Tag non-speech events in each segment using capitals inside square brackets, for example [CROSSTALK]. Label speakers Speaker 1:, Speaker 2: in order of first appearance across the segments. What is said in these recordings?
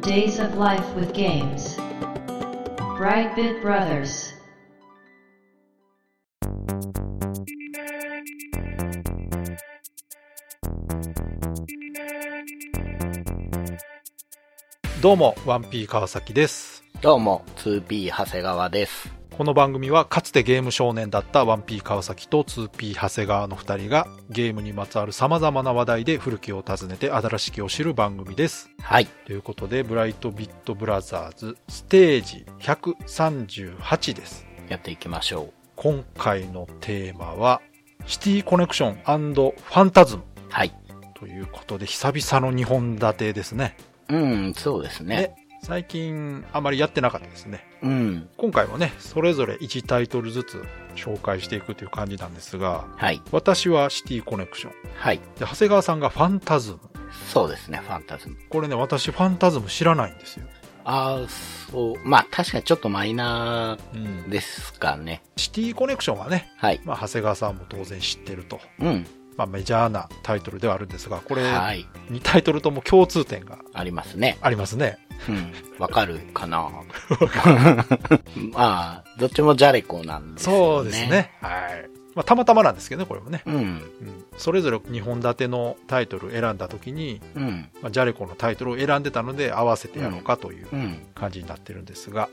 Speaker 1: Days of Life with Games. Brightbit Brothers.
Speaker 2: どうも、ワンピー川崎です。
Speaker 3: どうも、2P 長谷川です。
Speaker 2: この番組はかつてゲーム少年だったワンピー川崎と 2P 長谷川の2人がゲームにまつわる様々な話題で古きを訪ねて新しきを知る番組です。
Speaker 3: はい。
Speaker 2: ということで、ブライトビットブラザーズステージ138です。
Speaker 3: やっていきましょ
Speaker 2: 今回のテーマはシティコネクションファンタズム
Speaker 3: う。はい。
Speaker 2: ということで久々の2本立てですね。
Speaker 3: うん、そうですね。
Speaker 2: ね最近あまりやってなかったですね。
Speaker 3: うん。
Speaker 2: 今回もねそれぞれ1タイトルずつ紹介していくという感じなんですが
Speaker 3: はい。
Speaker 2: 私はシティコネクション
Speaker 3: はい。
Speaker 2: で長谷川さんがファンタズム
Speaker 3: そうですね、ファンタズム。
Speaker 2: これね私ファンタズム知らないんですよ、
Speaker 3: ああ、そう。まあ、確かにちょっとマイナー
Speaker 2: で
Speaker 3: ですかね。
Speaker 2: シティコネクションはね、
Speaker 3: はい。
Speaker 2: まあ、長谷川さんも当然知ってると、
Speaker 3: うん。
Speaker 2: まあ、メジャーなタイトルではあるんですがこれ
Speaker 3: はい。
Speaker 2: 2タイトルとも共通点が
Speaker 3: ありますね。
Speaker 2: ありますね
Speaker 3: うん。わかるか
Speaker 2: [LAUGHS]
Speaker 3: なまあ、どっちもジャレコなんですよ
Speaker 2: そ
Speaker 3: ね。
Speaker 2: うですね。はい、まあ、たまたまなんですけどねこれもね、
Speaker 3: うん。
Speaker 2: うん、それぞれ2本立てのタイトル選んだ時に
Speaker 3: うん。
Speaker 2: まあ、ジャレコのタイトルを選んでたので合わせてやろうかという
Speaker 3: うん。
Speaker 2: 感じになってるんですが、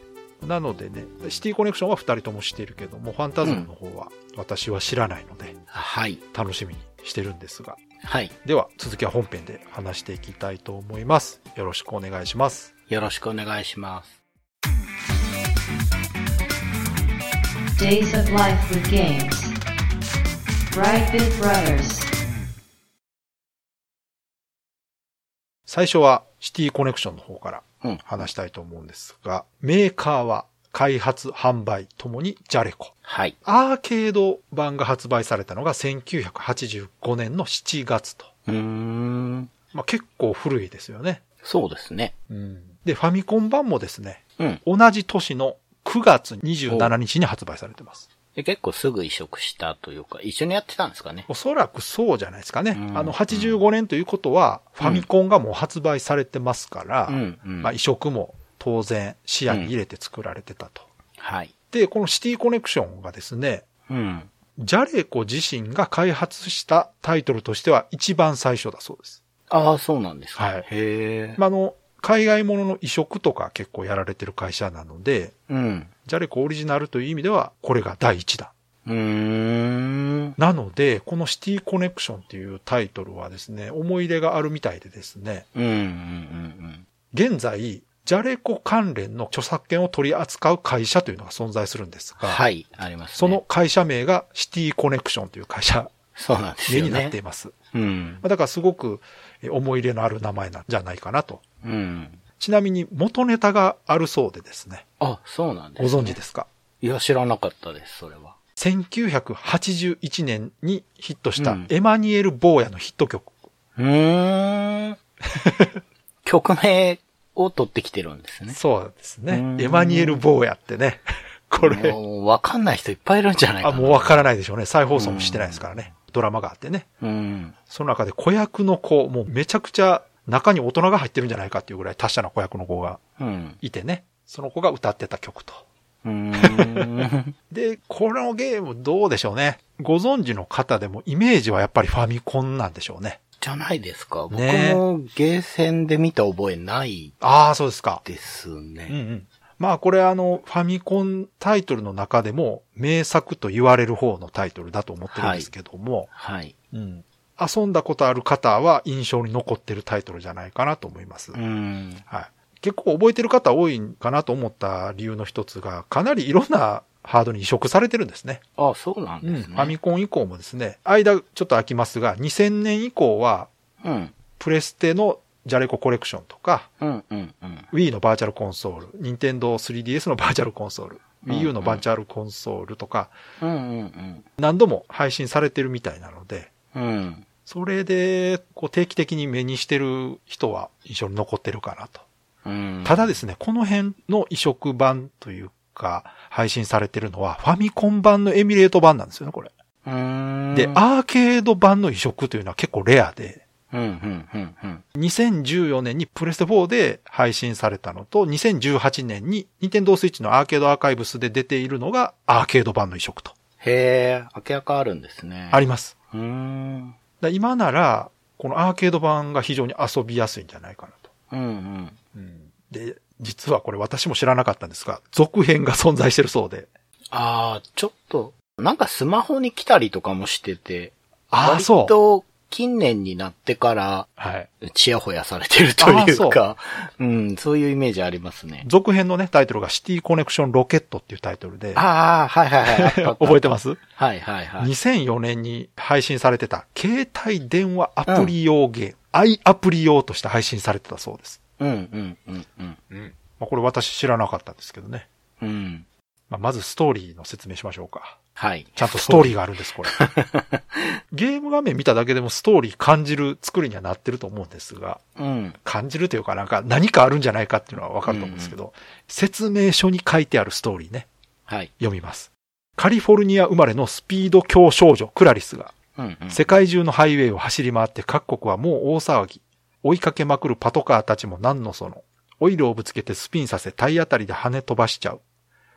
Speaker 2: なのでねシティコネクションは2人ともしてるけどもファンタズムの方は私は知らないので
Speaker 3: はい。
Speaker 2: 楽しみにしてるんですが
Speaker 3: はい。
Speaker 2: では続きは本編で話していきたいと思いますよろしくお願いします
Speaker 3: よろしくお願いします。
Speaker 1: Days of Life with Games. Brightbit Brothers.
Speaker 2: 最初はシティコネクションの方から
Speaker 3: うん。
Speaker 2: 話したいと思うんですがメーカーは開発販売ともにジャレコ
Speaker 3: はい。
Speaker 2: アーケード版が発売されたのが1985年の7月と
Speaker 3: うーん。
Speaker 2: まあ、結構古いですよね。
Speaker 3: そうですね。
Speaker 2: で、ファミコン版もですね、
Speaker 3: うん。
Speaker 2: 同じ年の9月27日に発売されてます。
Speaker 3: で結構すぐ移植したというか、一緒にやってたんですかね。
Speaker 2: おそらくそうじゃないですかね。
Speaker 3: うん
Speaker 2: あの、85年ということは、ファミコンがもう発売されてますから、
Speaker 3: うん、うん。
Speaker 2: まあ、移植も当然視野に入れて作られてたと。
Speaker 3: はい。
Speaker 2: で、このシティコネクションがですね、
Speaker 3: うん。
Speaker 2: ジャレコ自身が開発したタイトルとしては一番最初だそうです。
Speaker 3: ああ、そうなんですか。
Speaker 2: はい
Speaker 3: へえ。
Speaker 2: まあ、あの、海外ものの移植とか結構やられてる会社なので、
Speaker 3: うん。
Speaker 2: ジャレコオリジナルという意味では、これが第1弾。
Speaker 3: うーん。
Speaker 2: なので、このシティコネクションっていうタイトルはですね、思い入れがあるみたいでですね、
Speaker 3: うん、うん、うん、
Speaker 2: 現在、ジャレコ関連の著作権を取り扱う会社というのが存在するんです
Speaker 3: うん。
Speaker 2: が、
Speaker 3: はい、あります、ね。
Speaker 2: その、会社名がシティコネクションという会社
Speaker 3: そうなんです
Speaker 2: 名
Speaker 3: よね。
Speaker 2: になっています。
Speaker 3: うん。
Speaker 2: だからすごくえ思い入れのある名前なんじゃないかなと。
Speaker 3: うん。
Speaker 2: ちなみに元ネタがあるそうでですね、
Speaker 3: あ、そうなんです、
Speaker 2: ご
Speaker 3: ね。
Speaker 2: 存知ですか
Speaker 3: いや、知らなかったです、それは。
Speaker 2: 1981年にヒットした
Speaker 3: うん
Speaker 2: エマニュエル・ボーヤのヒット曲。
Speaker 3: うーん。 [LAUGHS] 曲名を取ってきてるんですね。
Speaker 2: そうです
Speaker 3: う
Speaker 2: ね。
Speaker 3: ん
Speaker 2: エマニュエル・ボーヤってね。 [LAUGHS] これ、
Speaker 3: もう、わかんない人いっぱいいるんじゃないか
Speaker 2: あ、
Speaker 3: な。
Speaker 2: もうわからないでしょうね。再放送もしてないですからね。ドラマがあってね。
Speaker 3: うん。
Speaker 2: その中で子役の子、もうめちゃくちゃ中に大人が入ってるんじゃないかっていうぐらい達者な子役の子が
Speaker 3: うん。
Speaker 2: いてね。その子が歌ってた曲と。
Speaker 3: うーん。
Speaker 2: で、このゲームどうでしょうね。ご存知の方でもイメージはやっぱりファミコンなんでしょうね。
Speaker 3: じゃないですか。僕
Speaker 2: ね
Speaker 3: もゲーセンで見た覚えない
Speaker 2: ああ、そうですか。
Speaker 3: です
Speaker 2: うんう
Speaker 3: ね。
Speaker 2: ん。まあこれあの、ファミコンタイトルの中でも名作と言われる方のタイトルだと思ってるんですけども、
Speaker 3: はい。
Speaker 2: うん。遊んだことある方は印象に残ってるタイトルじゃないかなと思います。
Speaker 3: うん。
Speaker 2: はい。結構覚えてる方多いんかなと思った理由の一つが、かなりいろんなハードに移植されてるんですね。
Speaker 3: あ、そうなん
Speaker 2: うん。
Speaker 3: です
Speaker 2: フ
Speaker 3: ね。
Speaker 2: ァミコン以降もですね、間ちょっと空きますが、2000年以降は、
Speaker 3: うん。
Speaker 2: プレステのジャレココレクションとか、
Speaker 3: うん、うん、うん。
Speaker 2: Wii のバーチャルコンソール、Nintendo 3DS のバーチャルコンソール、
Speaker 3: うん
Speaker 2: Wii U のバーチャルコンソールとか、
Speaker 3: うん、うん、
Speaker 2: 何度も配信されてるみたいなので、
Speaker 3: うん。うん。
Speaker 2: それで、こう定期的に目にしてる人は印象に残ってるかなと。
Speaker 3: うん。
Speaker 2: ただですね、この辺の移植版というか、配信されてるのは、ファミコン版のエミュレート版なんですよね、これ。
Speaker 3: うーん。
Speaker 2: で、アーケード版の移植というのは結構レアで、
Speaker 3: うん、うん、うん、うん。
Speaker 2: 2014年にプレステ4で配信されたのと、2018年に Nintendo Switch のアーケードアーカイブスで出ているのがアーケード版の移植と。
Speaker 3: へえ、明らかあるんですね。
Speaker 2: あります。
Speaker 3: うーん。
Speaker 2: だ今なら、このアーケード版が非常に遊びやすいんじゃないかなと。
Speaker 3: うん、うん。
Speaker 2: うんで、実はこれ私も知らなかったんですが、続編が存在してるそうで。
Speaker 3: ああ、ちょっと、なんかスマホに来たりとかもしてて、
Speaker 2: ああ、
Speaker 3: 割
Speaker 2: そう。
Speaker 3: と近年になってから、
Speaker 2: はい。
Speaker 3: ちやほやされてると
Speaker 2: あ
Speaker 3: い
Speaker 2: ーそう
Speaker 3: うか、うん、そういうイメージありますね。
Speaker 2: 続編のね、タイトルがシティコネクションロケットっていうタイトルで、
Speaker 3: ああ、はいはいはいあったあった。
Speaker 2: 覚えてます
Speaker 3: はいはいはい。
Speaker 2: 2004年に配信されてた携帯電話アプリ用ゲーム、i アプリ用として配信されてたそうです。
Speaker 3: うんうんうんうん。
Speaker 2: まあ、これ私知らなかったんですけどね。
Speaker 3: うん。
Speaker 2: まあ、まずストーリーの説明しましょうか。
Speaker 3: はい。
Speaker 2: ちゃんとストーリーがあるんです、これ。ゲーム画面見ただけでもストーリー感じる作りにはなってると思うんですが、
Speaker 3: うん。
Speaker 2: 感じるというかなんか何かあるんじゃないかっていうのはわかると思うんですけど、説明書に書いてあるストーリーね。
Speaker 3: はい。
Speaker 2: 読みます。カリフォルニア生まれのスピード強少女、クラリスが、
Speaker 3: うんうん。
Speaker 2: 世界中のハイウェイを走り回って各国はもう大騒ぎ。追いかけまくるパトカーたちも何のその。オイルをぶつけてスピンさせ体当たりで跳ね飛ばしちゃう。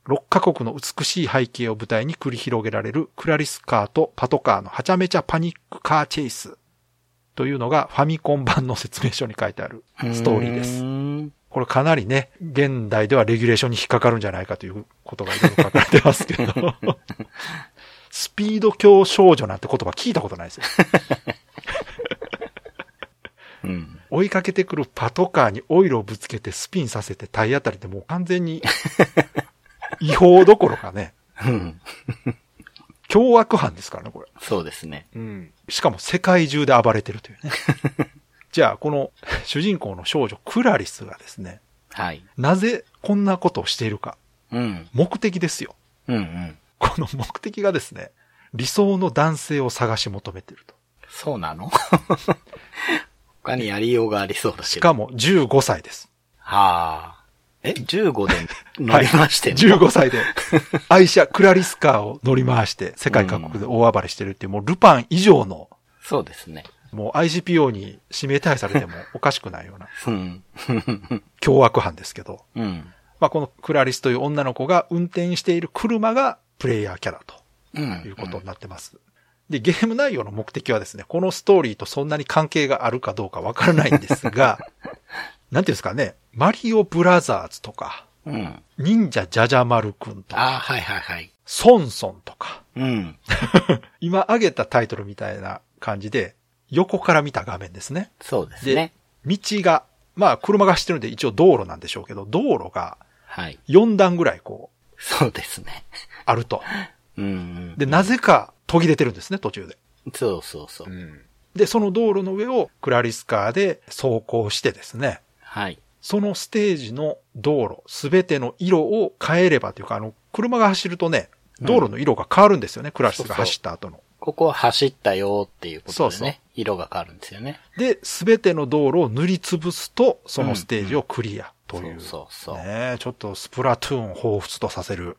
Speaker 2: 6カ国の美しい背景を舞台に繰り広げられるクラリスカーとパトカーのはちゃめちゃパニックカーチェイス。というのがファミコン版の説明書に書いてあるストーリーです
Speaker 3: う。ん
Speaker 2: これかなりね、現代ではレギュレーションに引っかかるんじゃないかということがいろいろ書かれてますけ
Speaker 3: [LAUGHS]
Speaker 2: ど、スピード強少女なんて言葉聞いたことないですよ。
Speaker 3: うん。
Speaker 2: 追いかけてくるパトカーにオイルをぶつけてスピンさせて体当たりでもう完全に違法どころかね、
Speaker 3: うん。
Speaker 2: 凶悪犯ですからね、これ。
Speaker 3: そうですね。
Speaker 2: しかも世界中で暴れてるというね。じゃあ、この主人公の少女クラリスがですね、
Speaker 3: はい。
Speaker 2: なぜこんなことをしているか。
Speaker 3: うん。
Speaker 2: 目的ですよ。
Speaker 3: うんうん。
Speaker 2: この目的がですね、理想の男性を探し求めてると。
Speaker 3: そうなの他にやりようがありそうだ
Speaker 2: し
Speaker 3: けど。
Speaker 2: かも15歳です。
Speaker 3: はあ。え ?15 で乗りましてね。
Speaker 2: 15歳で愛車クラリスカーを乗り回して世界各国で大暴れしてるっていう、もうルパン以上の、
Speaker 3: そうですね。
Speaker 2: もう ICPO に指名手配され
Speaker 3: [LAUGHS]
Speaker 2: てもおかしくないような
Speaker 3: うん。
Speaker 2: 凶悪犯ですけど、
Speaker 3: うん。
Speaker 2: まあ、このクラリスという女の子が運転している車がプレイヤーキャラと
Speaker 3: うん。
Speaker 2: いうことになってます。で、ゲーム内容の目的はですね、このストーリーとそんなに関係があるかどうかわからないんです
Speaker 3: [LAUGHS]
Speaker 2: が、なんていうんですかね、マリオブラザーズとか、
Speaker 3: うん。
Speaker 2: 忍者ジャジャマルくんとか、
Speaker 3: ああ、はいはいはい。
Speaker 2: ソンソンとか、
Speaker 3: うん。
Speaker 2: 今挙げたタイトルみたいな感じで、横から見た画面ですね。
Speaker 3: そうです
Speaker 2: で、
Speaker 3: ね。
Speaker 2: 道が、まあ車が走ってるんで一応道路なんでしょうけど、道路が
Speaker 3: はい。
Speaker 2: 4段ぐらいこう、
Speaker 3: そうです
Speaker 2: [LAUGHS]
Speaker 3: ね。
Speaker 2: あると。
Speaker 3: うんうん。
Speaker 2: で、なぜか途切れてるんですね、途中で。
Speaker 3: そうそうそう。
Speaker 2: で、その道路の上をクラリスカーで走行してですね、
Speaker 3: はい。
Speaker 2: そのステージの道路、すべての色を変えればというか、あの、車が走るとね、道路の色が変わるんですよね、クラリスが走った後の。
Speaker 3: ここは走ったよっていうことでね。
Speaker 2: そうそう
Speaker 3: 色が変わるんですよね。
Speaker 2: で、すべての道路を塗りつぶすと、そのステージをクリアという。
Speaker 3: そうそうそう
Speaker 2: ねえちょっとスプラトゥーンを彷彿とさせる。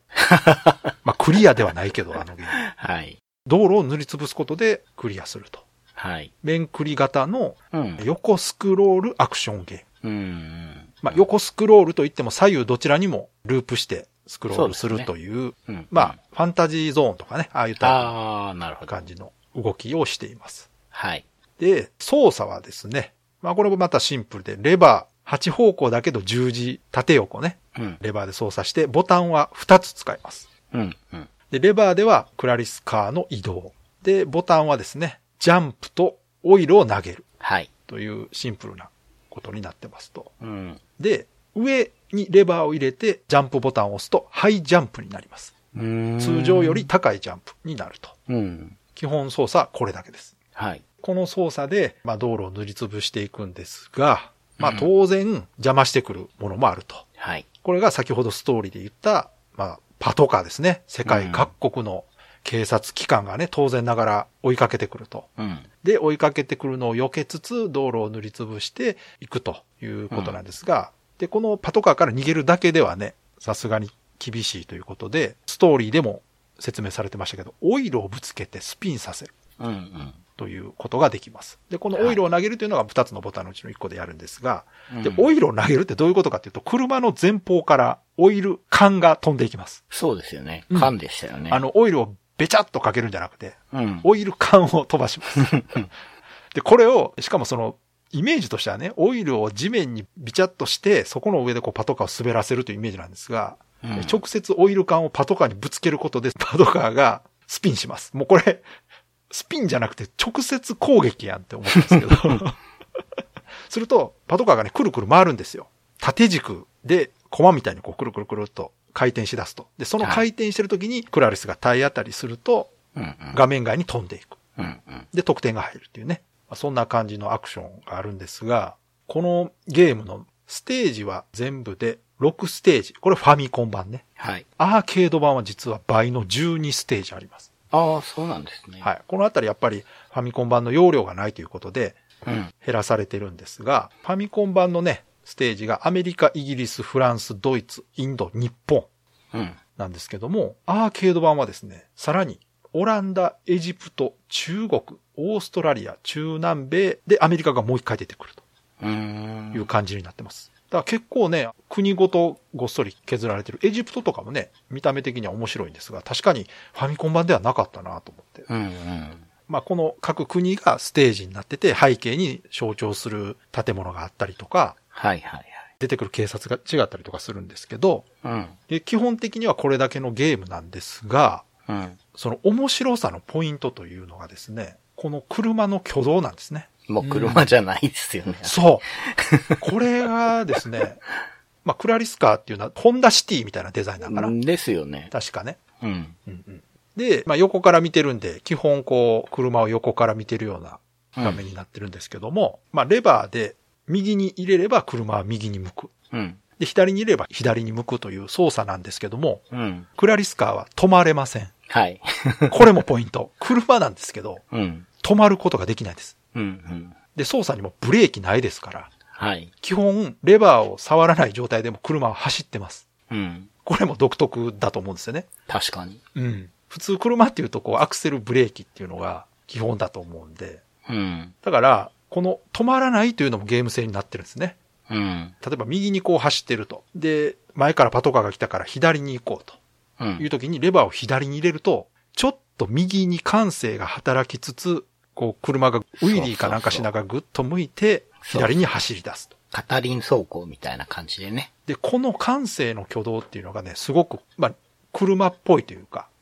Speaker 2: [LAUGHS] まあ、クリアではないけど、あのゲーム。
Speaker 3: はい。
Speaker 2: 道路を塗りつぶすことでクリアすると。
Speaker 3: はい。
Speaker 2: 面クリ型の
Speaker 3: うん。
Speaker 2: 横スクロールアクションゲーム。
Speaker 3: うんうん。
Speaker 2: まあ、横スクロールといっても左右どちらにもループしてスクロールす
Speaker 3: そう
Speaker 2: る
Speaker 3: ですね
Speaker 2: という、
Speaker 3: うん。
Speaker 2: まあ、ファンタジーゾーンとかね、ああいうタイ
Speaker 3: ああ、なる
Speaker 2: プ
Speaker 3: ほ
Speaker 2: の
Speaker 3: ど。
Speaker 2: 感じの動きをしています。
Speaker 3: はい。
Speaker 2: で、操作はですね、まあこれもまたシンプルで、レバー8方向だけど十字縦横ね、
Speaker 3: うん。
Speaker 2: レバーで操作して、ボタンは2つ使います。
Speaker 3: うん。うん。
Speaker 2: で、レバーではクラリスカーの移動。で、ボタンはですね、ジャンプとオイルを投げる
Speaker 3: はい。
Speaker 2: というシンプルなことになってますと。
Speaker 3: うん。
Speaker 2: で、上にレバーを入れてジャンプボタンを押すとハイジャンプになります。
Speaker 3: うん
Speaker 2: 通常より。高いジャンプになると。
Speaker 3: うん。
Speaker 2: 基本操作はこれだけです。
Speaker 3: はい。
Speaker 2: この操作で、まあ、道路を塗りつぶしていくんですが、まあ
Speaker 3: うん
Speaker 2: 当然邪魔してくるものもあると。
Speaker 3: はい。
Speaker 2: これが先ほどストーリーで言った、まあパトカーですね。世界各国の警察機関がね、当然ながら追いかけてくると。
Speaker 3: うん。
Speaker 2: で、追いかけてくるのを避けつつ、道路を塗りつぶしていくということなんですが、で、このパトカーから逃げるだけではね、さすがに厳しいということで、ストーリーでも説明されてましたけど、オイルをぶつけてスピンさせる
Speaker 3: うん。うん。
Speaker 2: ということができます。で、このオイルを投げるというのが2つのボタンのうちの1個でやるんですが、
Speaker 3: うん
Speaker 2: で、オイルを投げるってどういうことかっていうと、車の前方からオイル缶が飛んでいきます。
Speaker 3: そうですよね。
Speaker 2: うん
Speaker 3: 缶でしたよね。
Speaker 2: あ、の、オイルをべちゃっとかけるんじゃなくて、
Speaker 3: うん。
Speaker 2: オイル缶を飛ばし
Speaker 3: [LAUGHS]
Speaker 2: ます。で、これを、しかもその、イメージとしてはね、オイルを地面にビチャッとして、そこの上でこうパトカーを滑らせるというイメージなんですが、
Speaker 3: うん
Speaker 2: 直接オイル缶をパトカーにぶつけることで、 [LAUGHS] パトカーがスピンします。もうこれ、スピンじゃなくて直接攻撃やんって思うんですけど。 [LAUGHS] すると、パトカーがね、くるくる回るんですよ。縦軸で、コマみたいにこう、くるくるくるっと回転しだすと。で、その回転してる時に、クラリスが体当たりすると、
Speaker 3: うんうん。
Speaker 2: 画面外に飛んでいく。
Speaker 3: うんうん。
Speaker 2: で、得点が入るっていうね。まあそんな感じのアクションがあるんですが、このゲームのステージは全部で6ステージ。これファミコン版ね。
Speaker 3: はい。
Speaker 2: アーケード版は実は倍の12ステージあります。
Speaker 3: ああ、そうなんですね。。
Speaker 2: はいい。このあたりやっぱりファミコン版の容量がないということで
Speaker 3: うん。
Speaker 2: 減らされてるんですが、ファミコン版のね、ステージがアメリカ、イギリス、フランス、ドイツ、インド、日本
Speaker 3: うん。
Speaker 2: なんですけども、アーケード版はですね、さらに、オランダ、エジプト、中国、オーストラリア、中南米でアメリカがもう一回出てくる
Speaker 3: うー。
Speaker 2: というん感じになってます。だから結構ね、国ごとごっそり削られてる。エジプトとかもね、見た目的には面白いんですが、確かにファミコン版ではなかったなと思って。
Speaker 3: うんうん。
Speaker 2: まあこの各国がステージになってて、背景に象徴する建物があったりとか、
Speaker 3: はいはい
Speaker 2: 出てくる警察が違ったりとかするんですけど、
Speaker 3: はい。
Speaker 2: で基本的にはこれだけのゲームなんですが、
Speaker 3: うん。うん。
Speaker 2: その面白さのポイントというのがですね、この車の挙動なんですね。
Speaker 3: もう車じゃないですよね。 [LAUGHS]
Speaker 2: そう。これがですね、まあ、クラリスカーっていうのは、ホンダシティみたいなデザインだから、
Speaker 3: ですよね。
Speaker 2: 確かね。
Speaker 3: うん。
Speaker 2: で、まあ、横から見てるんで、基本こう、車を横から見てるような
Speaker 3: うん
Speaker 2: 画面になってるんですけども、まあ、レバーで右に入れれば車は右に向く。
Speaker 3: うん。
Speaker 2: で、左に入れれば左に向くという操作なんですけども、
Speaker 3: うん。
Speaker 2: クラリスカーは止まれません。
Speaker 3: はい。
Speaker 2: これもポイン
Speaker 3: [LAUGHS]
Speaker 2: ト。車なんですけど、
Speaker 3: うん。
Speaker 2: 止まることができないです。
Speaker 3: うん。うん。
Speaker 2: で、操作にもブレーキないですから、
Speaker 3: はい。
Speaker 2: 基本、レバーを触らない状態でも車は走ってます。
Speaker 3: うん。
Speaker 2: これも独特だと思うんですよね。
Speaker 3: 確かに。
Speaker 2: うん。普通車っていうとこうアクセルブレーキっていうのが基本だと思うんで。
Speaker 3: うん。
Speaker 2: だから、この止まらないというのもゲーム性になってるんですね。
Speaker 3: うん。
Speaker 2: 例えば右にこう走ってると。で、前からパトカーが来たから左に行こう
Speaker 3: う。
Speaker 2: というん時にレバーを左に入れると、ちょっと右に感性が働きつつ、こう車がウィリーかなんかしながらぐっと向いて、
Speaker 3: そう
Speaker 2: 左に走り出すと。
Speaker 3: カタリン走行みたいな感じでね。
Speaker 2: で、この感性の挙動っていうのがね、すごく、まあ、車っぽいというか、
Speaker 3: うん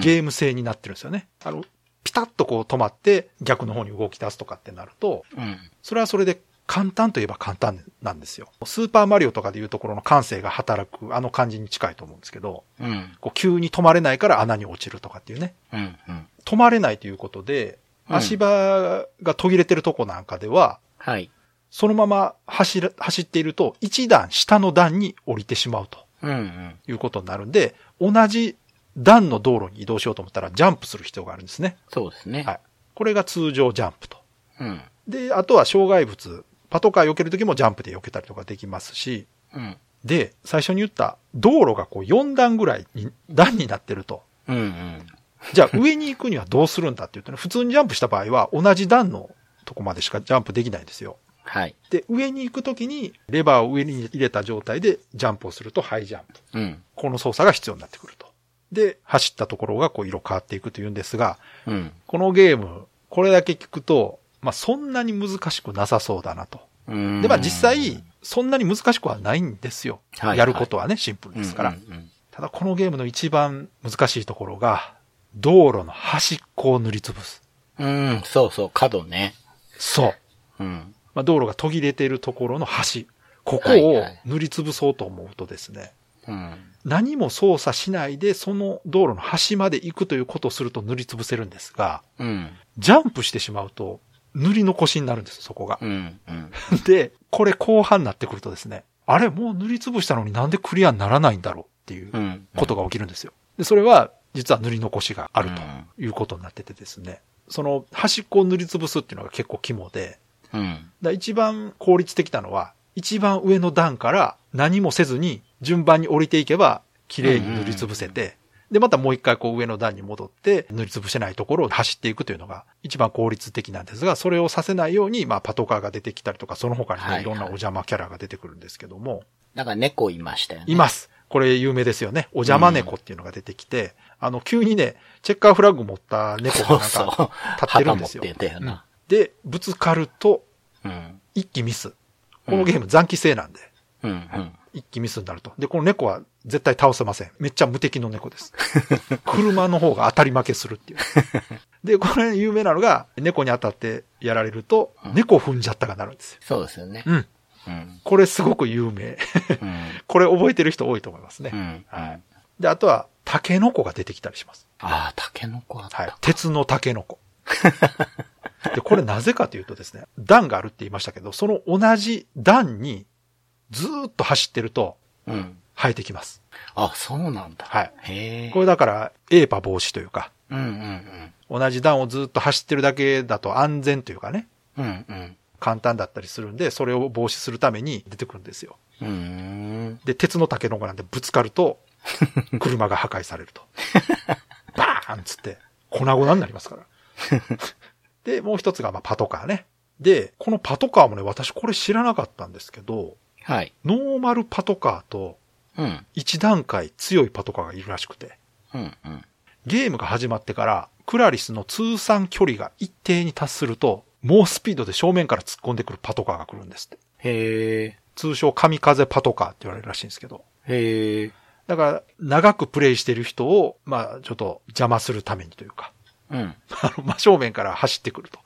Speaker 2: ゲーム性になってるんですよね。あの、ピタッとこう止まって逆の方に動き出すとかってなると、
Speaker 3: うん。
Speaker 2: それはそれで簡単といえば簡単なんですよ。スーパーマリオとかでいうところの感性が働くあの感じに近いと思うんですけど、
Speaker 3: うん。
Speaker 2: こう急に止まれないから穴に落ちるとかっていうね。
Speaker 3: うん。うん。
Speaker 2: 止まれないということで、
Speaker 3: うん
Speaker 2: 足場が途切れてるとこなんかでは、
Speaker 3: はい。
Speaker 2: そのまま走る走っていると、一段下の段に降りてしまうと。
Speaker 3: うん。うん。
Speaker 2: いうことになるんで、同じ段の道路に移動しようと思ったらジャンプする必要があるんですね。
Speaker 3: そうですね。
Speaker 2: はい。これが通常ジャンプと。
Speaker 3: うん。
Speaker 2: で、あとは障害物、パトカー避けるときもジャンプで避けたりとかできますし、
Speaker 3: うん。
Speaker 2: で、最初に言った道路がこう4段ぐらいに、段になってると。
Speaker 3: うん。うん。
Speaker 2: じゃあ上に行くにはどうするんだって言うとね、普通にジャンプした場合は同じ段のとこまでしかジャンプできないんですよ。
Speaker 3: はい。
Speaker 2: で、上に行くときにレバーを上に入れた状態でジャンプをするとハイジャンプ。
Speaker 3: うん。
Speaker 2: この操作が必要になってくると。で、走ったところがこう色変わっていくというんですが、
Speaker 3: うん。
Speaker 2: このゲーム、これだけ聞くと、まあそんなに難しくなさそうだなと。
Speaker 3: うん
Speaker 2: で、まあ実際、、そんなに難しくはないんですよ。
Speaker 3: はいはい
Speaker 2: やることはね、シンプル
Speaker 3: で
Speaker 2: です
Speaker 3: す
Speaker 2: か。
Speaker 3: からら。うん
Speaker 2: ただこのゲームの一番難しいところが、道路の端っこを塗りつぶす。
Speaker 3: うん。うん。そうそう、角ね。
Speaker 2: そう。
Speaker 3: うん。
Speaker 2: まあ道路が途切れているところの端。ここ
Speaker 3: はい
Speaker 2: を
Speaker 3: はい
Speaker 2: 塗りつぶそうと思うとですね、
Speaker 3: うん。
Speaker 2: 何も操作しないで、その道路の端まで行くということをすると塗りつぶせるんですが、
Speaker 3: うん。
Speaker 2: ジャンプしてしまうと、塗り残しになるんです、そこが。
Speaker 3: うん。うん。。
Speaker 2: で、これ後半になってくるとですね、あれ、もう塗りつぶしたのになんでクリアにならないんだろうっていううんことが起きるんですよ。で、それは、実は塗り残しがある
Speaker 3: うん
Speaker 2: ということになっててですね、その端っこを塗りつぶすっていうのが結構肝で、
Speaker 3: うん。
Speaker 2: だから一番効率的なのは、一番上の段から何もせずに順番に降りていけば、綺麗に塗りつぶせて、で、またもう一回こう上の段に戻って塗りつぶせないところを走っていくというのが一番効率的なんですが、それをさせないように、まあパトカーが出てきたりとか、その他に
Speaker 3: はいは
Speaker 2: ね
Speaker 3: い
Speaker 2: いろんなお邪魔キャラが出てくるんですけども、
Speaker 3: だから猫いましたよね。
Speaker 2: います。これ有名ですよね。お邪魔猫っていうのが出てきて、あの、急にね、チェッカーフラッグ持った猫
Speaker 3: そ
Speaker 2: が
Speaker 3: う
Speaker 2: なん
Speaker 3: そう。
Speaker 2: か立ってるんですよ。
Speaker 3: 旗持ってたよな。
Speaker 2: で、ぶつかると、
Speaker 3: うん。
Speaker 2: 一気ミス。このゲーム残機制なんで、
Speaker 3: うん、うん。
Speaker 2: 一気ミスになると。で、この猫は絶対倒せません。めっちゃ無敵の猫
Speaker 3: [LAUGHS]
Speaker 2: です。車の方が当たり負けするっていう。で、これ有名なのが、猫に当たってやられると、猫踏んじゃったがなるんですよ。
Speaker 3: そうですよね。
Speaker 2: うん。
Speaker 3: うん。
Speaker 2: これすごく有名。
Speaker 3: うん。
Speaker 2: これ覚えてる人多いと思いますね。
Speaker 3: うん。
Speaker 2: はい。で、あとは、タケノコが出てきたりします。
Speaker 3: ああ、タケノコあった。
Speaker 2: はい。鉄のタケ
Speaker 3: [LAUGHS]
Speaker 2: ノコ。で、これなぜかというとですね、段があるって言いましたけど、その同じ段にずーっと走ってると
Speaker 3: うん。
Speaker 2: 生えてきます。
Speaker 3: あ、そうなんだ。
Speaker 2: はい。
Speaker 3: へえ。
Speaker 2: これだから、エーパ防止というか、
Speaker 3: うんうん
Speaker 2: 同じ段をずーっと走ってるだけだと安全というかね、
Speaker 3: うん。うんうん。
Speaker 2: 簡単だったりするんで、それを防止するために出てくるんですよ。
Speaker 3: うーん。
Speaker 2: で、鉄のタケノコなんでぶつかると、車が破壊されると。バーンっつって、粉々になりますから。で、もう一つが、まあ、パトカーね。で、このパトカーもね、私これ知らなかったんですけど、
Speaker 3: はい。
Speaker 2: ノーマルパトカーと
Speaker 3: うん。
Speaker 2: 一段階強いパトカーがいるらしくて、
Speaker 3: うんうん。
Speaker 2: ゲームが始まってから、クラリスの通算距離が一定に達すると、猛スピードで正面から突っ込んでくるパトカーが来るんですって。
Speaker 3: へえ。
Speaker 2: 通称、神風パトカーって言われるらしいんですけど。
Speaker 3: へえ。
Speaker 2: だから、長くプレイしてる人を、まあ、ちょっと邪魔するためにというか、 [LAUGHS]
Speaker 3: うん。
Speaker 2: あの、真正面から走ってくると。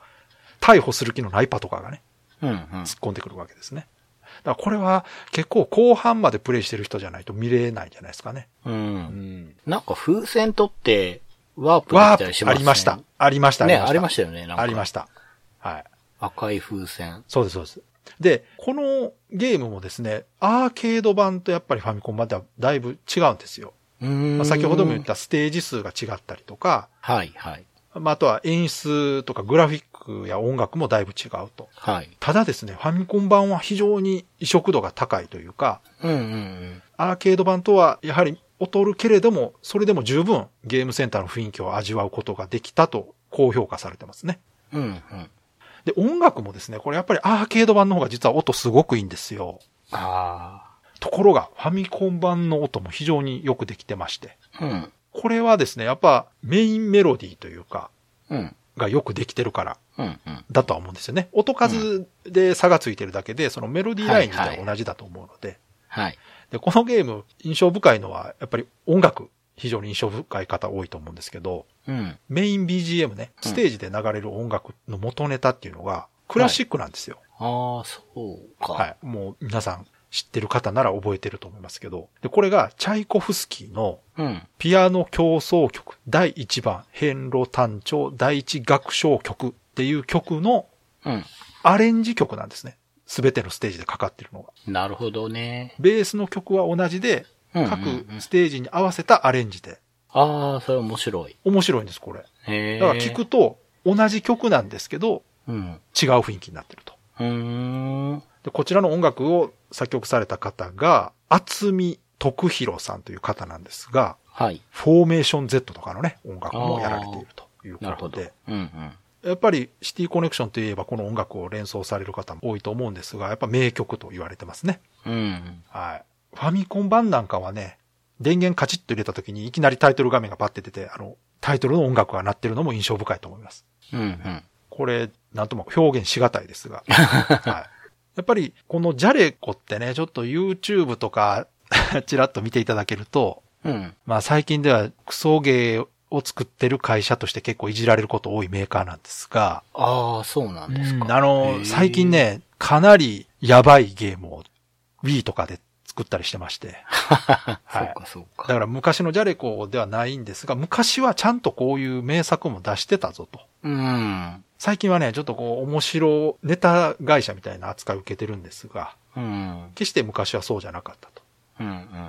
Speaker 2: 逮捕する気のないパトカーがね、
Speaker 3: うんうん。
Speaker 2: 突っ込んでくるわけですね。だからこれは結構後半までプレイしてる人じゃないと見れないんじゃないですかね。
Speaker 3: うん。
Speaker 2: ん。
Speaker 3: なんか風船取って、ワープ
Speaker 2: わ
Speaker 3: し
Speaker 2: ー
Speaker 3: たりし
Speaker 2: あ
Speaker 3: ますね。
Speaker 2: りました。。ありました。
Speaker 3: ね、ありましたよね。なんか
Speaker 2: ありました。はい。
Speaker 3: 赤い風船。
Speaker 2: そうです、そうです。で、このゲームもですね、アーケード版とやっぱりファミコン版ではだいぶ違うんですよ。
Speaker 3: うー
Speaker 2: ま
Speaker 3: ん。
Speaker 2: あ、先ほども言っ。たステージ数が違ったりとか、
Speaker 3: はいはい。
Speaker 2: まあ、あとは演出とかグラフィックや音楽もだいぶ違うと。
Speaker 3: はい。
Speaker 2: ただですね、ファミコン版は非常に移植度が高いというか、
Speaker 3: うんうんうん。
Speaker 2: アーケード版とはやはり劣るけれども、それでも十分ゲームセンターの雰囲気を味わうことができたと高評価されてますね。
Speaker 3: うんうん。
Speaker 2: で、音楽もですね、これやっぱりアーケード版の方が実は音すごくいいんですよ。
Speaker 3: あ
Speaker 2: ところが、ファミコン版の音も非常によくできてまして。
Speaker 3: あ。うん。
Speaker 2: これはですね、やっぱメインメロディーというか、
Speaker 3: うん。
Speaker 2: がよくできてるから
Speaker 3: うんうん。
Speaker 2: だとは思うんですよね。音数で差がついてるだけで、そのメロディーライン自体は同じだと思うので。
Speaker 3: はい。
Speaker 2: で、このゲーム、印象深いのは、やっぱり音楽、非常に印象深い方多いと思うんですけど、
Speaker 3: うん。
Speaker 2: メイン BGM ね、
Speaker 3: うん
Speaker 2: ステージで流れる音楽の元ネタっていうのが、クラシックなんですよ。
Speaker 3: ああ、そうか。
Speaker 2: はい。もう皆さん知ってる方なら覚えてると思いますけど、で、これがチャイコフスキーの
Speaker 3: うん。
Speaker 2: ピアノ競争曲第1番、変路単調第1楽章曲っていう曲の
Speaker 3: うん。
Speaker 2: アレンジ曲なんですね。すべてのステージでかかってるのが。
Speaker 3: なるほどね。
Speaker 2: ベースの曲は同じで、
Speaker 3: うん
Speaker 2: 各ステージに合わせたアレンジで。
Speaker 3: ああ、それ面白い。
Speaker 2: 面白いんです、これ。
Speaker 3: へえ。
Speaker 2: だから聞くと、同じ曲なんですけど、
Speaker 3: うん。
Speaker 2: 違う雰囲気になってると。
Speaker 3: うーん。
Speaker 2: で、こちらの音楽を作曲された方が、厚見徳弘さんという方なんですが、
Speaker 3: はい。
Speaker 2: フォーメーション Z とかのね、音楽もやられているという
Speaker 3: なる
Speaker 2: こ
Speaker 3: ほ
Speaker 2: と
Speaker 3: ど。
Speaker 2: で、
Speaker 3: うんうん。
Speaker 2: やっぱりシティコネクションといえばこの音楽を連想される方も多いと思うんですが、やっぱ名曲と言われてますね。
Speaker 3: うん。
Speaker 2: はい。ファミコン版なんかはね、電源カチッと入れた時にいきなりタイトル画面がパッて出て、あの、タイトルの音楽が鳴ってるのも印象深いと思います。
Speaker 3: うんうん。
Speaker 2: これ、なんとも表現しがたいですが。はい、やっぱり、このジャレコってね、ちょっと YouTube とか、 [LAUGHS] ちらっと見ていただけると、
Speaker 3: うん。
Speaker 2: まあ最近ではクソゲーを作ってる会社として結構いじられること多いメーカーなんですが、
Speaker 3: ああ、そうなんですか。
Speaker 2: あ
Speaker 3: へえ
Speaker 2: の、最近。ね、かなりやばいゲームを Wii とかで作ったりしてまして、 [LAUGHS]
Speaker 3: [LAUGHS] そうか、そう
Speaker 2: だか
Speaker 3: か。
Speaker 2: ら昔のジャレコではないんですが、昔はちゃんとこういう名作も出してたぞと。
Speaker 3: うん。
Speaker 2: 最近はね、ちょっとこう、面白ネタ会社みたいな扱いを受けてるんですが、
Speaker 3: うん。
Speaker 2: 決して昔はそうじゃなかったと。
Speaker 3: うんうん。
Speaker 2: ま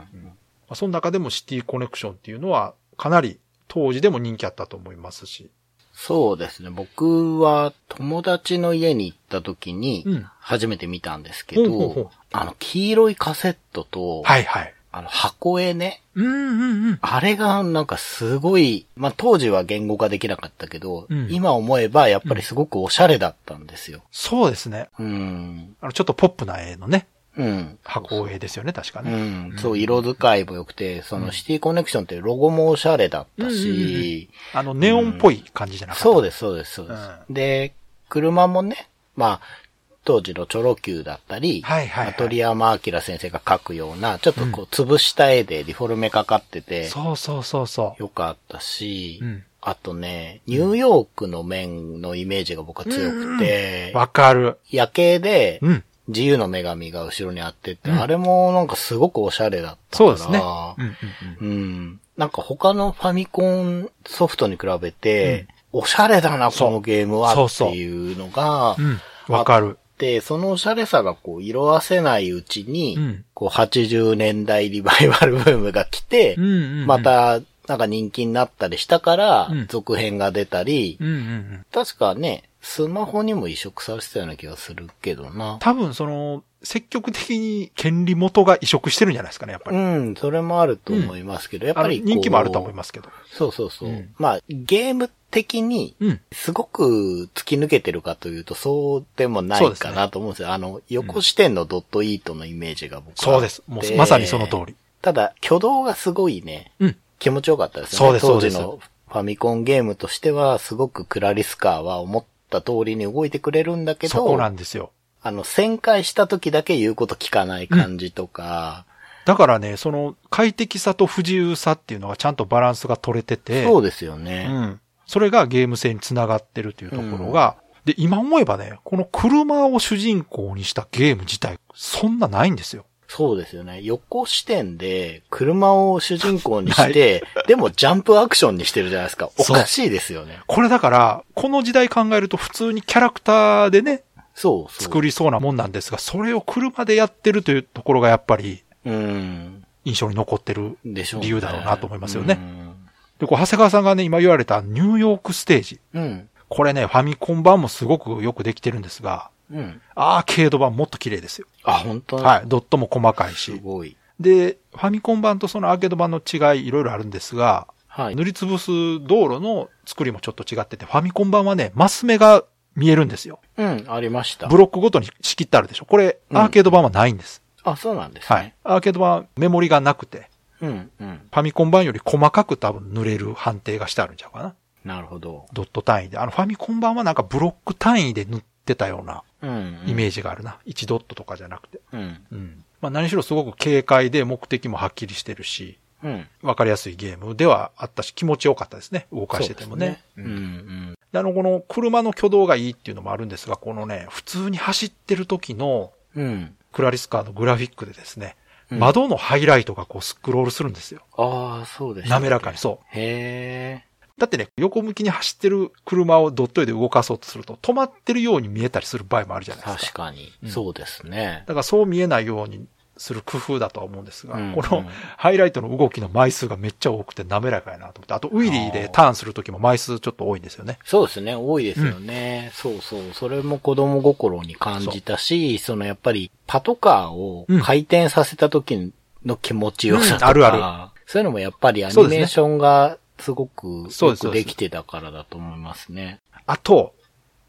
Speaker 2: あ、その中でもシティコネクションっていうのは、かなり当時でも人気あったと思いますし、
Speaker 3: そうですね。僕は友達の家に行った時に
Speaker 2: うん、
Speaker 3: 初めて見たんですけ
Speaker 2: ほう
Speaker 3: ど、
Speaker 2: ほうほう
Speaker 3: あの、黄色いカセットと、
Speaker 2: はいはい。
Speaker 3: あの、箱絵ね。
Speaker 2: うんうんうん。
Speaker 3: あれがなんかすごい、まあ、当時は言語化できなかったけど、
Speaker 2: うん
Speaker 3: 今思えばやっぱりすごくおしゃれだったんですよ。
Speaker 2: そうですね。
Speaker 3: うん。
Speaker 2: あの、ちょっとポップな絵のね、
Speaker 3: うん。
Speaker 2: 箱絵ですよね、確か
Speaker 3: う
Speaker 2: ね。
Speaker 3: ん。そう、色使いも良くて、そのシティコネクションってロゴもおしゃれだった
Speaker 2: うんうんうん
Speaker 3: し、
Speaker 2: あの、ネオンっぽい感じじゃなかった。
Speaker 3: そう
Speaker 2: で
Speaker 3: です、そうです、そうです。
Speaker 2: う
Speaker 3: で、車もね、まあ、当時のチョロ Q だったり、
Speaker 2: はいはいはい
Speaker 3: 鳥山明先生が描くような、ちょっとこう、潰した絵でディフォルメかかってて、
Speaker 2: そうそうそうそう。
Speaker 3: よかったし、
Speaker 2: うん
Speaker 3: あとね、ニューヨークの面のイメージが僕は強くて、
Speaker 2: わかる。
Speaker 3: 夜景で
Speaker 2: うん。
Speaker 3: 自由の女神が後ろにあってって、
Speaker 2: うん
Speaker 3: あれもなんかすごくおしゃれだった
Speaker 2: そう
Speaker 3: から、
Speaker 2: ですね。うんうんうん。
Speaker 3: うん。なんか他のファミコンソフトに比べて、おしゃれだな、
Speaker 2: そう
Speaker 3: このゲームは
Speaker 2: そうそう
Speaker 3: っていうのが、
Speaker 2: うん。わかる。
Speaker 3: で、そのおしゃれさがこう色褪せないうちに、
Speaker 2: うん
Speaker 3: こう80年代リバイバルブームが来て、
Speaker 2: うんうんうん
Speaker 3: ま、たなんか人気になったりしたから、
Speaker 2: うん
Speaker 3: 続編が出たり、
Speaker 2: うんうんうん。
Speaker 3: 確かね、スマホにも移植されてたような気がするけどな。
Speaker 2: 多分、その、積極的に権利元が移植してるんじゃないですかね、やっぱ
Speaker 3: う
Speaker 2: り。
Speaker 3: ん、それもあると思いますけど、やっ
Speaker 2: あ
Speaker 3: ぱ
Speaker 2: の
Speaker 3: りこう
Speaker 2: 人気もあると思いますけど。
Speaker 3: そうそうそう。
Speaker 2: うん
Speaker 3: まあ、ゲーム的に、
Speaker 2: うん。
Speaker 3: すごく突き抜けてるかというと、そうでもな
Speaker 2: そう
Speaker 3: い
Speaker 2: ですね
Speaker 3: かなと思うんですよ。あの、横視点のドットイートのイメージが僕はあって。
Speaker 2: そうです。もう、まさにその通り。
Speaker 3: ただ、挙動がすごいね、
Speaker 2: うん。
Speaker 3: 気持ちよかったですよね。
Speaker 2: そうです
Speaker 3: 当時
Speaker 2: そう
Speaker 3: のファミコンゲームとしては、すごくクラリスカーは思った通りに動いてくれるんだけ
Speaker 2: そこな
Speaker 3: ど、
Speaker 2: んですよ。
Speaker 3: あの、旋回した時だけ言うこと聞かない感じとか、
Speaker 2: だからね、その、快適さと不自由さっていうのがちゃんとバランスが取れてて。
Speaker 3: そうですよね。
Speaker 2: うん。それがゲーム性につながってるというところが、で、今思えばね、この車を主人公にしたゲーム自体、そんなないんですよ。
Speaker 3: そうですよね。横視点で車を主人公にして、でもジャンプアクションにしてるじゃないですか。お
Speaker 2: そう
Speaker 3: かしいですよね。
Speaker 2: これだから、この時代考えると普通にキャラクターでね、
Speaker 3: そうそう。
Speaker 2: 作りそうなもんなんですが、それを車でやってるというところがやっぱり
Speaker 3: うん。
Speaker 2: 印象に残ってる。
Speaker 3: でしょう、
Speaker 2: 理由だろうなと思いますよね
Speaker 3: うん。
Speaker 2: で、こう、長谷川さんがね、今言われたニューヨークステージ。
Speaker 3: うん。
Speaker 2: これね、ファミコン版もすごくよくできてるんですが、
Speaker 3: うん。
Speaker 2: アーケード版もっと綺麗ですよ。
Speaker 3: あ、本当
Speaker 2: はい。ドットも細かい
Speaker 3: す
Speaker 2: し。
Speaker 3: ごい。
Speaker 2: で、ファミコン版とそのアーケード版の違いいろいろあるんですが、
Speaker 3: はい。
Speaker 2: 塗りつぶす道路の作りもちょっと違ってて、ファミコン版はね、マス目が見えるんですよ。
Speaker 3: うん、ありました
Speaker 2: ブ。ロックごとに仕切ってあるでしょ。これ、
Speaker 3: うん
Speaker 2: アーケード版はないんです。
Speaker 3: あ、そうなんですね。
Speaker 2: はい。アーケード版はメモリがなくて、
Speaker 3: うん、う
Speaker 2: フ
Speaker 3: ん。
Speaker 2: ァミコン版より細かく多分塗れる判定がしてあるんちゃうかな。
Speaker 3: なるほど。
Speaker 2: ドット単位で。あの、ファミコン版はなんかブロック単位で塗ってたような
Speaker 3: うん、うん。
Speaker 2: イメー
Speaker 3: ジ。
Speaker 2: ジがあるな。1ドットとかじゃなくて。
Speaker 3: うん。
Speaker 2: うん。まあ何しろすごく軽快で目的もはっきりしてるし、
Speaker 3: うん。
Speaker 2: わかりやすいゲームではあったし、気持ちよかったですね。動かしててもね。
Speaker 3: そう
Speaker 2: う
Speaker 3: ですね
Speaker 2: ん
Speaker 3: うん、
Speaker 2: であの、この車の挙動がいいっていうのもあるんですが、このね、普通に走ってる時の
Speaker 3: うん。うん。
Speaker 2: クラリスカーのグラフィックでですね、
Speaker 3: うん
Speaker 2: 窓のハイライトがこうスクロールするんですよ。
Speaker 3: ああ、そうでした。
Speaker 2: 滑らかに、。そ
Speaker 3: へえ。
Speaker 2: う。だってね、横向きに走ってる車をドット絵で動かそうとすると、止まってるように見えたりする場合もあるじゃないです
Speaker 3: 確
Speaker 2: か。
Speaker 3: かに
Speaker 2: う。ん
Speaker 3: そうですね
Speaker 2: だ。からそう見えないようにする工夫だとは思うんですが、
Speaker 3: うん
Speaker 2: こ
Speaker 3: う
Speaker 2: の
Speaker 3: ん
Speaker 2: ハイライトの動きの枚数がめっちゃ多くて滑らかやなと思って、あとウィリーでターンする時も枚数ちょっと多いんですよね。
Speaker 3: そうですね、多いですよね。そうそう。それも子供心に感じたし、そのやっぱりパトカーを
Speaker 2: うん
Speaker 3: 回転させた時の気持ちよさとか、
Speaker 2: うんあるあ
Speaker 3: そういうのもやっぱりアニ
Speaker 2: そうですね
Speaker 3: メーションがすごく
Speaker 2: そうで
Speaker 3: よ
Speaker 2: すそう
Speaker 3: く
Speaker 2: で
Speaker 3: ですきてたからだと思いますね。
Speaker 2: あと、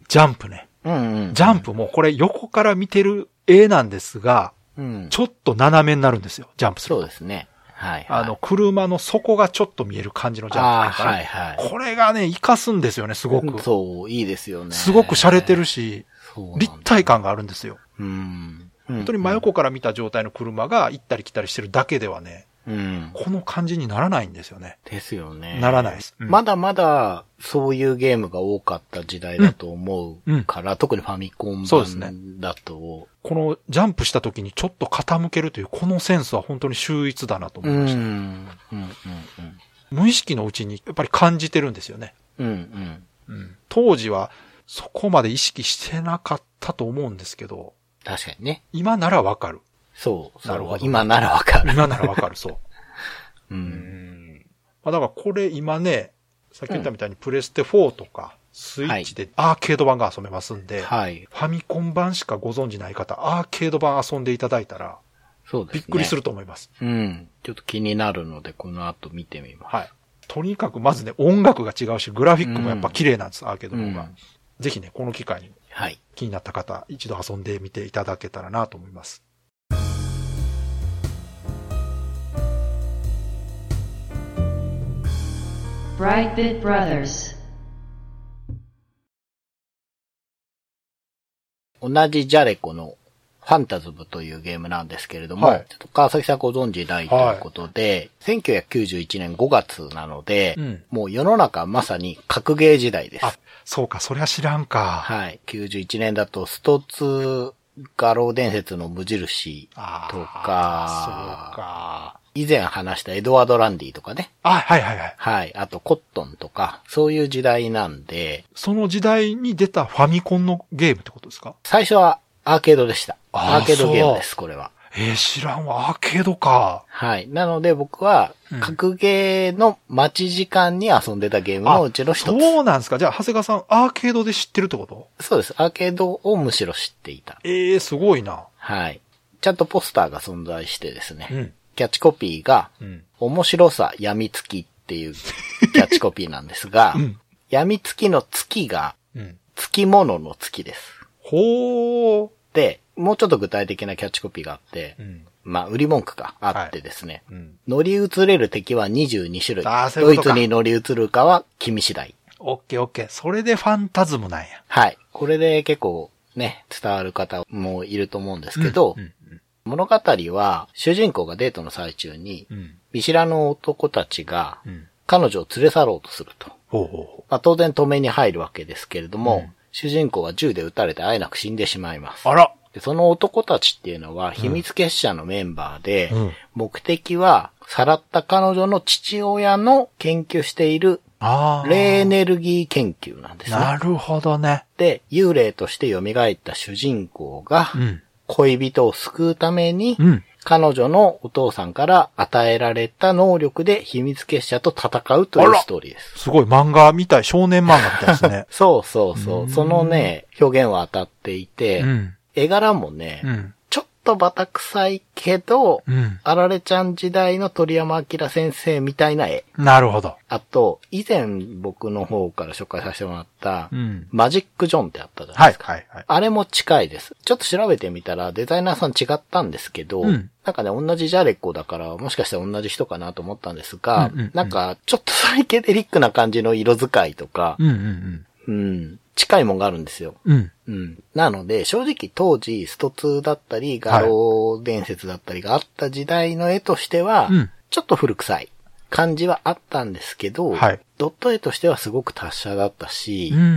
Speaker 2: ジャンプね。
Speaker 3: うんうん。
Speaker 2: ジャンプもこれ横から見てる絵なんですが、
Speaker 3: うん。
Speaker 2: ちょっと斜めになるんですよ、ジャンプする
Speaker 3: そう
Speaker 2: と。
Speaker 3: ですね。はい、はい。
Speaker 2: あの、、車の底がちょっと見える感じのジャ
Speaker 3: あ
Speaker 2: ンプ
Speaker 3: あ、
Speaker 2: だから
Speaker 3: はいはい。
Speaker 2: これがね、活かすんですよね、すごく。
Speaker 3: そう、いいですよね。
Speaker 2: すごく洒落てるし、
Speaker 3: そうなんだ。
Speaker 2: 立体感があるんですよ。
Speaker 3: うん。本
Speaker 2: 本当に真。横から見た状態の車が行ったり来たりしてるだけではね、
Speaker 3: うん。
Speaker 2: この感じにならないんですよね。
Speaker 3: ですよね。
Speaker 2: ならないですうん
Speaker 3: まだまだ、そういうゲームが多かった時代だと思うから、特にファミコン
Speaker 2: そうですね
Speaker 3: 版だと。
Speaker 2: このジャンプした時にちょっと傾けるという、このセンスは本当に秀逸だなと思
Speaker 3: う
Speaker 2: い
Speaker 3: ん。う
Speaker 2: ま
Speaker 3: ん、う
Speaker 2: した。
Speaker 3: ん、うん。
Speaker 2: 無意識のうちにやっぱり感じてるんですよね。
Speaker 3: うん、うん。
Speaker 2: 当時はそこまで意識してなかったと思うんですけど、
Speaker 3: 確かにね。
Speaker 2: 今ならわかる。
Speaker 3: そう。そ
Speaker 2: な
Speaker 3: れ
Speaker 2: るほど
Speaker 3: は今ならわかる。
Speaker 2: 今ならわかる、そう。
Speaker 3: [LAUGHS] う。
Speaker 2: うんん。まあだからこれ今ね、さっき言ったみたいにプレステ4とか、スイッチでアーケード版が遊べますんで、
Speaker 3: はい。
Speaker 2: ファミコン版しかご存じない方、アーケード版遊んでいただいたら、
Speaker 3: そうです
Speaker 2: び
Speaker 3: ね。
Speaker 2: っくりすると思います。
Speaker 3: うん。ちょっと気になるので、この後見てみます。
Speaker 2: はい。とにかくまずね、音楽が違うし、グラフィックもやっぱ綺麗なんです、アーケードの方が。
Speaker 3: うん
Speaker 2: ぜひね、この機会に
Speaker 3: はい。
Speaker 2: 気になった方、一度遊んでみていただけたらなと思います。
Speaker 1: Brightbit Brothers.
Speaker 3: 同じジャレコのファンタズムというゲームなんですけれども、
Speaker 2: はい
Speaker 3: ちょっと川崎さんご存知ないということで、1991年5月なので、
Speaker 2: うん
Speaker 3: もう世の中まさに格ゲー時代です
Speaker 2: あ。、そうか、そりゃ知らんか。
Speaker 3: はい。91年だと、スト2画廊伝説の無印
Speaker 2: あー
Speaker 3: と
Speaker 2: そう
Speaker 3: か、
Speaker 2: か。
Speaker 3: 以前話したエドワード・ランディとかね。
Speaker 2: あ、はいはいはい。
Speaker 3: はい。あと、コットンとか、そういう時代なんで、
Speaker 2: その時代に出たファミコンのゲームってことですか
Speaker 3: 最初はアーケードでした。
Speaker 2: あー
Speaker 3: アーケードゲームです、これは。
Speaker 2: えー、知らんわ。アーケードか。
Speaker 3: はい。なので僕は
Speaker 2: うん、
Speaker 3: 格ゲーの待ち時間に遊んでたゲームのうちの一つ。
Speaker 2: そうなんですか。じゃあ、長谷川さん、アーケードで知ってるってこと
Speaker 3: そうです。アーケードをむしろ知っていた。
Speaker 2: ええー、すごいな。
Speaker 3: はい。ちゃんとポスターが存在してですね。
Speaker 2: うん。
Speaker 3: キャッチコピーが、
Speaker 2: うん。
Speaker 3: 面白さ、闇つきっていう [LAUGHS] キャッチコピーなんですが、
Speaker 2: うん
Speaker 3: 闇つきの月が、
Speaker 2: うん。
Speaker 3: つきものの月です。
Speaker 2: ほー。
Speaker 3: で、もうちょっと具体的なキャッチコピーがあって、
Speaker 2: ん。
Speaker 3: まあ、売り文句があってですね、
Speaker 2: うん。
Speaker 3: 乗り移れる敵は22種類。
Speaker 2: あーそういうことか
Speaker 3: ドイツに乗り移るかは君次第。
Speaker 2: オッケーオッケー。それでファンタズムなんや。
Speaker 3: はい。これで結構ね、伝わる方もいると思うんですけど、
Speaker 2: うん。
Speaker 3: 物語は主人公がデートの最中に
Speaker 2: う、ん。
Speaker 3: 見知らぬ男たちが
Speaker 2: うん。
Speaker 3: 彼女を連れ去ろうとすると。
Speaker 2: ほうほうほ
Speaker 3: まあ、当然止めに入るわけですけれども、
Speaker 2: うん
Speaker 3: 主人公は銃で撃たれてあえなく死んでしまいます
Speaker 2: う。。あら。
Speaker 3: でその男たちっていうのは秘密結社のメンバーで、
Speaker 2: うん
Speaker 3: 目的はさらった彼女の父親の研究している
Speaker 2: あー
Speaker 3: 霊エネルギー研究なんですね。
Speaker 2: なるほどね。
Speaker 3: で、幽霊として蘇った主人公が
Speaker 2: うん、
Speaker 3: 恋人を救うために、
Speaker 2: うん。
Speaker 3: 彼女のお父さんから与えられた能力で秘密結社と戦うと
Speaker 2: あ
Speaker 3: いう
Speaker 2: ら
Speaker 3: ストーリーです。。
Speaker 2: すごい漫画みたい、少年漫画みたいですね [LAUGHS]
Speaker 3: そうそうそう。そのね、表現は当たっていて、
Speaker 2: うん。
Speaker 3: 絵柄もね、
Speaker 2: うん。
Speaker 3: ちょっとバタ臭いけど、
Speaker 2: うん。
Speaker 3: あられちゃん時代の鳥山明先生みたいな絵。
Speaker 2: なるほど。
Speaker 3: あと、以前僕の方から紹介させてもらった、
Speaker 2: ん。
Speaker 3: マジック・ジョンってあったじゃない
Speaker 2: は
Speaker 3: で
Speaker 2: い、
Speaker 3: すか。
Speaker 2: はい、はい。
Speaker 3: あれも近いです。ちょっと調べてみたら、デザイナーさん違ったんですけど、
Speaker 2: うん
Speaker 3: なんかね、同じジャレッコだから、もしかしたら同じ人かなと思ったんですが、
Speaker 2: うんうんうん
Speaker 3: なんか、ちょっとサイケデリックな感じの色使いとか、
Speaker 2: うん、うん、
Speaker 3: うん、近いもんがあるんですよ。
Speaker 2: うん。うん。
Speaker 3: うん。なので、正直当時、スト2だったり、画廊伝説だったりがあった時代の絵としては、
Speaker 2: うん
Speaker 3: ちょっと古臭い感じはあったんですけど、
Speaker 2: はい
Speaker 3: ドット絵としてはすごく達者だったし、
Speaker 2: うん、うん、う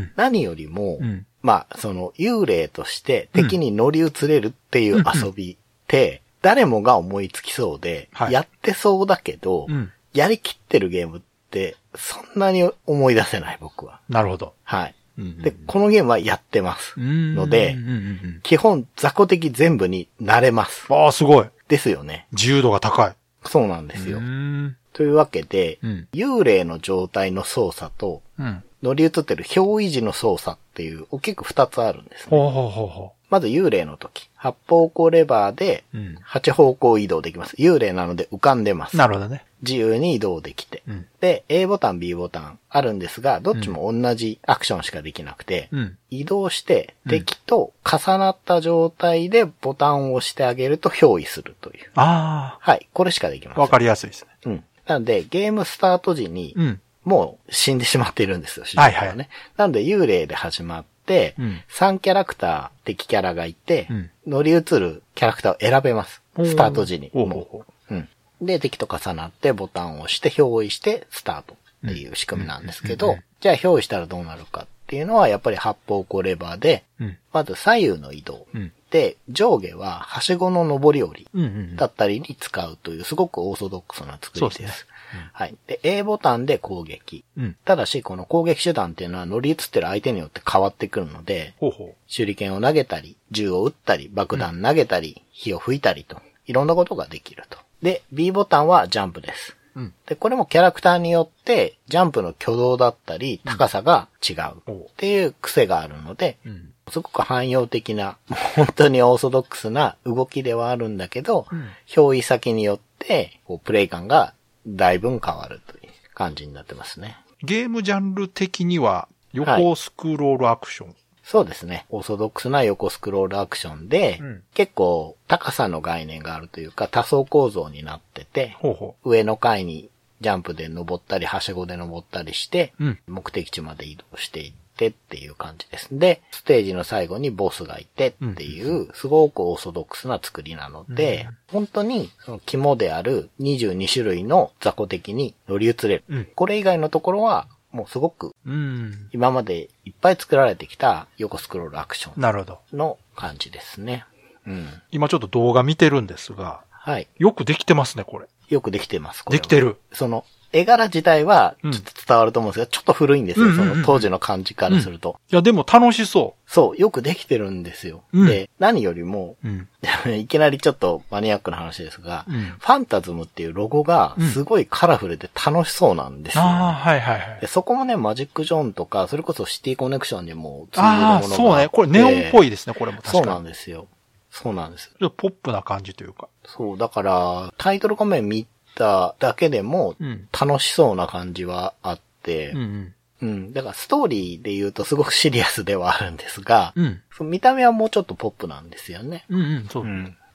Speaker 2: ん。
Speaker 3: 何よりも、
Speaker 2: うん
Speaker 3: まあ、その、幽霊として敵に乗り移れるっていう遊びって、誰もが思いつきそうで、
Speaker 2: はい
Speaker 3: やってそうだけど、
Speaker 2: うん
Speaker 3: やりきってるゲームって、そんなに思い出せない、僕は。
Speaker 2: なるほど。
Speaker 3: はい。
Speaker 2: うん
Speaker 3: で、このゲームはやってます。ので
Speaker 2: うんうんうん
Speaker 3: 基本、雑魚的全部になれます。
Speaker 2: うん、ああ、すごい。
Speaker 3: ですよね。
Speaker 2: 自由度が高い。
Speaker 3: そうなんですよ。
Speaker 2: ん。
Speaker 3: というわけで、
Speaker 2: うん
Speaker 3: 幽霊の状態の操作と、
Speaker 2: うん。
Speaker 3: 乗り移ってる表意時の操作っていう、大きく二つあるんですね。
Speaker 2: ほうほうほうほ
Speaker 3: まず幽霊の時、八方向レバーで
Speaker 2: う。うん。
Speaker 3: 8方向移動できます。幽霊なので浮かんでます。
Speaker 2: なるほどね。
Speaker 3: 自由に移動できて。
Speaker 2: うん
Speaker 3: で、A ボタン、B ボタンあるんですが、どっちも同じアクションしかできなくて、
Speaker 2: うん。
Speaker 3: 移動して敵と重なった状態でボタンを押してあげると憑依するという。
Speaker 2: あ
Speaker 3: はい、これしかできま
Speaker 2: あ、
Speaker 3: せん。
Speaker 2: わかりやすいですね。
Speaker 3: うん。なので、ゲームスタート時に、
Speaker 2: うん。
Speaker 3: もう死んでしまっているんですよ、主人公はね。
Speaker 2: はいはい
Speaker 3: なので、幽霊で始まって、
Speaker 2: うん
Speaker 3: 3キャラクター、敵キャラがいて、
Speaker 2: うん
Speaker 3: 乗り移るキャラクターを選べます。
Speaker 2: おー
Speaker 3: スタート時に。
Speaker 2: ほうほう
Speaker 3: も
Speaker 2: ほ
Speaker 3: ううん。で、敵と重なって、ボタンを押して、憑依して、スタートっていう仕組みなんですけど、じゃあ、憑依したらどうなるかっていうのは、やっぱり八方向レバーで、
Speaker 2: う。うん。
Speaker 3: まず左右の移動。
Speaker 2: うん
Speaker 3: で、上下は、はしごの上り下り。
Speaker 2: うんうん。
Speaker 3: だったりに使うという、すごくオーソドックスな作りです。
Speaker 2: そうです
Speaker 3: はい。で、A ボタンで攻撃。
Speaker 2: うん。
Speaker 3: ただし、この攻撃手段っていうのは乗り移ってる相手によって変わってくるので、
Speaker 2: ほうほ
Speaker 3: 手裏剣を投げたり、銃を撃ったり、爆弾投げたり、火を吹いたりと、いろんなことができると。で、B ボタンはジャンプです。
Speaker 2: うん。
Speaker 3: で、これもキャラクターによって、ジャンプの挙動だったり、高さが違うっていう癖があるので、
Speaker 2: うん。
Speaker 3: すごく汎用的な、 [LAUGHS] もう本当にオーソドックスな動きではあるんだけど、
Speaker 2: うん
Speaker 3: 憑依先によって、こうプレイ感がだいぶん変わるという感じになってますね。
Speaker 2: ゲームジャンル的には、横スクロールアクション。
Speaker 3: そうですね。オーソドックスな横スクロールアクションで、
Speaker 2: うん
Speaker 3: 結構高さの概念があるというか多層構造になってて、
Speaker 2: ほうほ
Speaker 3: 上の階にジャンプで登ったり、はしごで登ったりして、
Speaker 2: う。うん。
Speaker 3: 目的地まで移動していってっていう感じです。で、ステージの最後にボスがいてっていう、すごくオーソドックスな作りなので、本当にその肝である22種類の雑魚的に乗り移れる。
Speaker 2: うん
Speaker 3: これ以外のところは、もうすごく
Speaker 2: うん。
Speaker 3: 今までいっぱい作られてきた横スクロールアクション
Speaker 2: なるほど。
Speaker 3: の感じですね。うん。
Speaker 2: 今ちょっと動画見てるんですが、
Speaker 3: はい。
Speaker 2: よくできてますね、これ。
Speaker 3: よくできてます、これ
Speaker 2: で
Speaker 3: は
Speaker 2: きてる。
Speaker 3: その、絵柄自体は、ちょっと伝わると思うんですが、ちょっと古いんですよ、
Speaker 2: うんうんうん
Speaker 3: その当時の感じからすると。
Speaker 2: いや、でも楽しそ
Speaker 3: そう、よくできてるんですよ。
Speaker 2: うん
Speaker 3: で、何よりも、 [LAUGHS]
Speaker 2: う。うん。
Speaker 3: いきなりちょっとマニアックな話ですが、
Speaker 2: うん
Speaker 3: ファンタズムっていうロゴが
Speaker 2: うん
Speaker 3: すごいカラフルで楽しそうなんですよ、
Speaker 2: ああ、はいはいは
Speaker 3: で
Speaker 2: い。
Speaker 3: そこもね、マジック・ジョンとか、それこそシティ・コネクションにも通じるものが
Speaker 2: あ
Speaker 3: あ
Speaker 2: あ、
Speaker 3: って
Speaker 2: そうね。これネオンっぽいですね、これも
Speaker 3: そ
Speaker 2: 確
Speaker 3: う
Speaker 2: か
Speaker 3: なん
Speaker 2: に。
Speaker 3: ですよ。そうなんです。
Speaker 2: ちょっとポップな感じというか。
Speaker 3: そう、だから、タイトル画面見ただけでも
Speaker 2: うん、
Speaker 3: 楽しそうな感じはあって、
Speaker 2: うんうん。
Speaker 3: うん。だからストーリーで言うとすごくシリアスではあるんですが、
Speaker 2: うん。
Speaker 3: その見た目はもうちょっとポップなんですよね。
Speaker 2: うんうん、そう。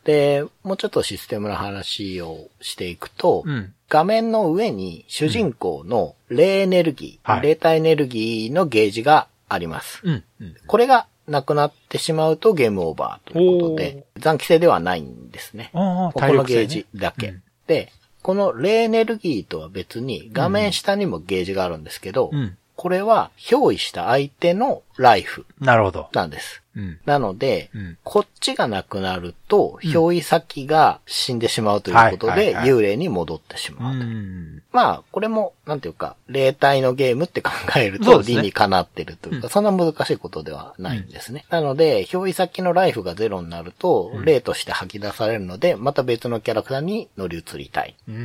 Speaker 3: で、もうちょっとシステムの話をしていくと、
Speaker 2: うん。
Speaker 3: 画面の上に主人公の霊エネルギー、
Speaker 2: はい
Speaker 3: 霊体エネルギーのゲージがあります。
Speaker 2: うん。うん。
Speaker 3: これがなくなってしまうとゲームオーバーということで、残機制ではないんですね。
Speaker 2: ああ、
Speaker 3: ここ
Speaker 2: 体
Speaker 3: の
Speaker 2: 力
Speaker 3: ゲ
Speaker 2: 制
Speaker 3: ージ
Speaker 2: ね。
Speaker 3: だけ。
Speaker 2: うん
Speaker 3: で、この霊エネルギーとは別に画面下にもゲージがあるんですけど、
Speaker 2: うん。
Speaker 3: これは憑依した相手のライフ
Speaker 2: なるほど。
Speaker 3: なんです。
Speaker 2: うん。
Speaker 3: なので、
Speaker 2: うん
Speaker 3: こっちがなくなると、憑依先が死んでしまうということ
Speaker 2: はいはい
Speaker 3: で、
Speaker 2: はい
Speaker 3: 幽霊に戻ってし
Speaker 2: う
Speaker 3: まうと。
Speaker 2: ん。
Speaker 3: まあ、これも、なんていうか、霊体のゲームって考える
Speaker 2: そう
Speaker 3: と
Speaker 2: ですね
Speaker 3: 理にかなってるという
Speaker 2: う
Speaker 3: か、
Speaker 2: ん
Speaker 3: そんな難しいことではないんですね。なので、憑依先のライフがゼロになると、霊として吐き出されるので、また別のキャラクターに乗り移りたい
Speaker 2: うんう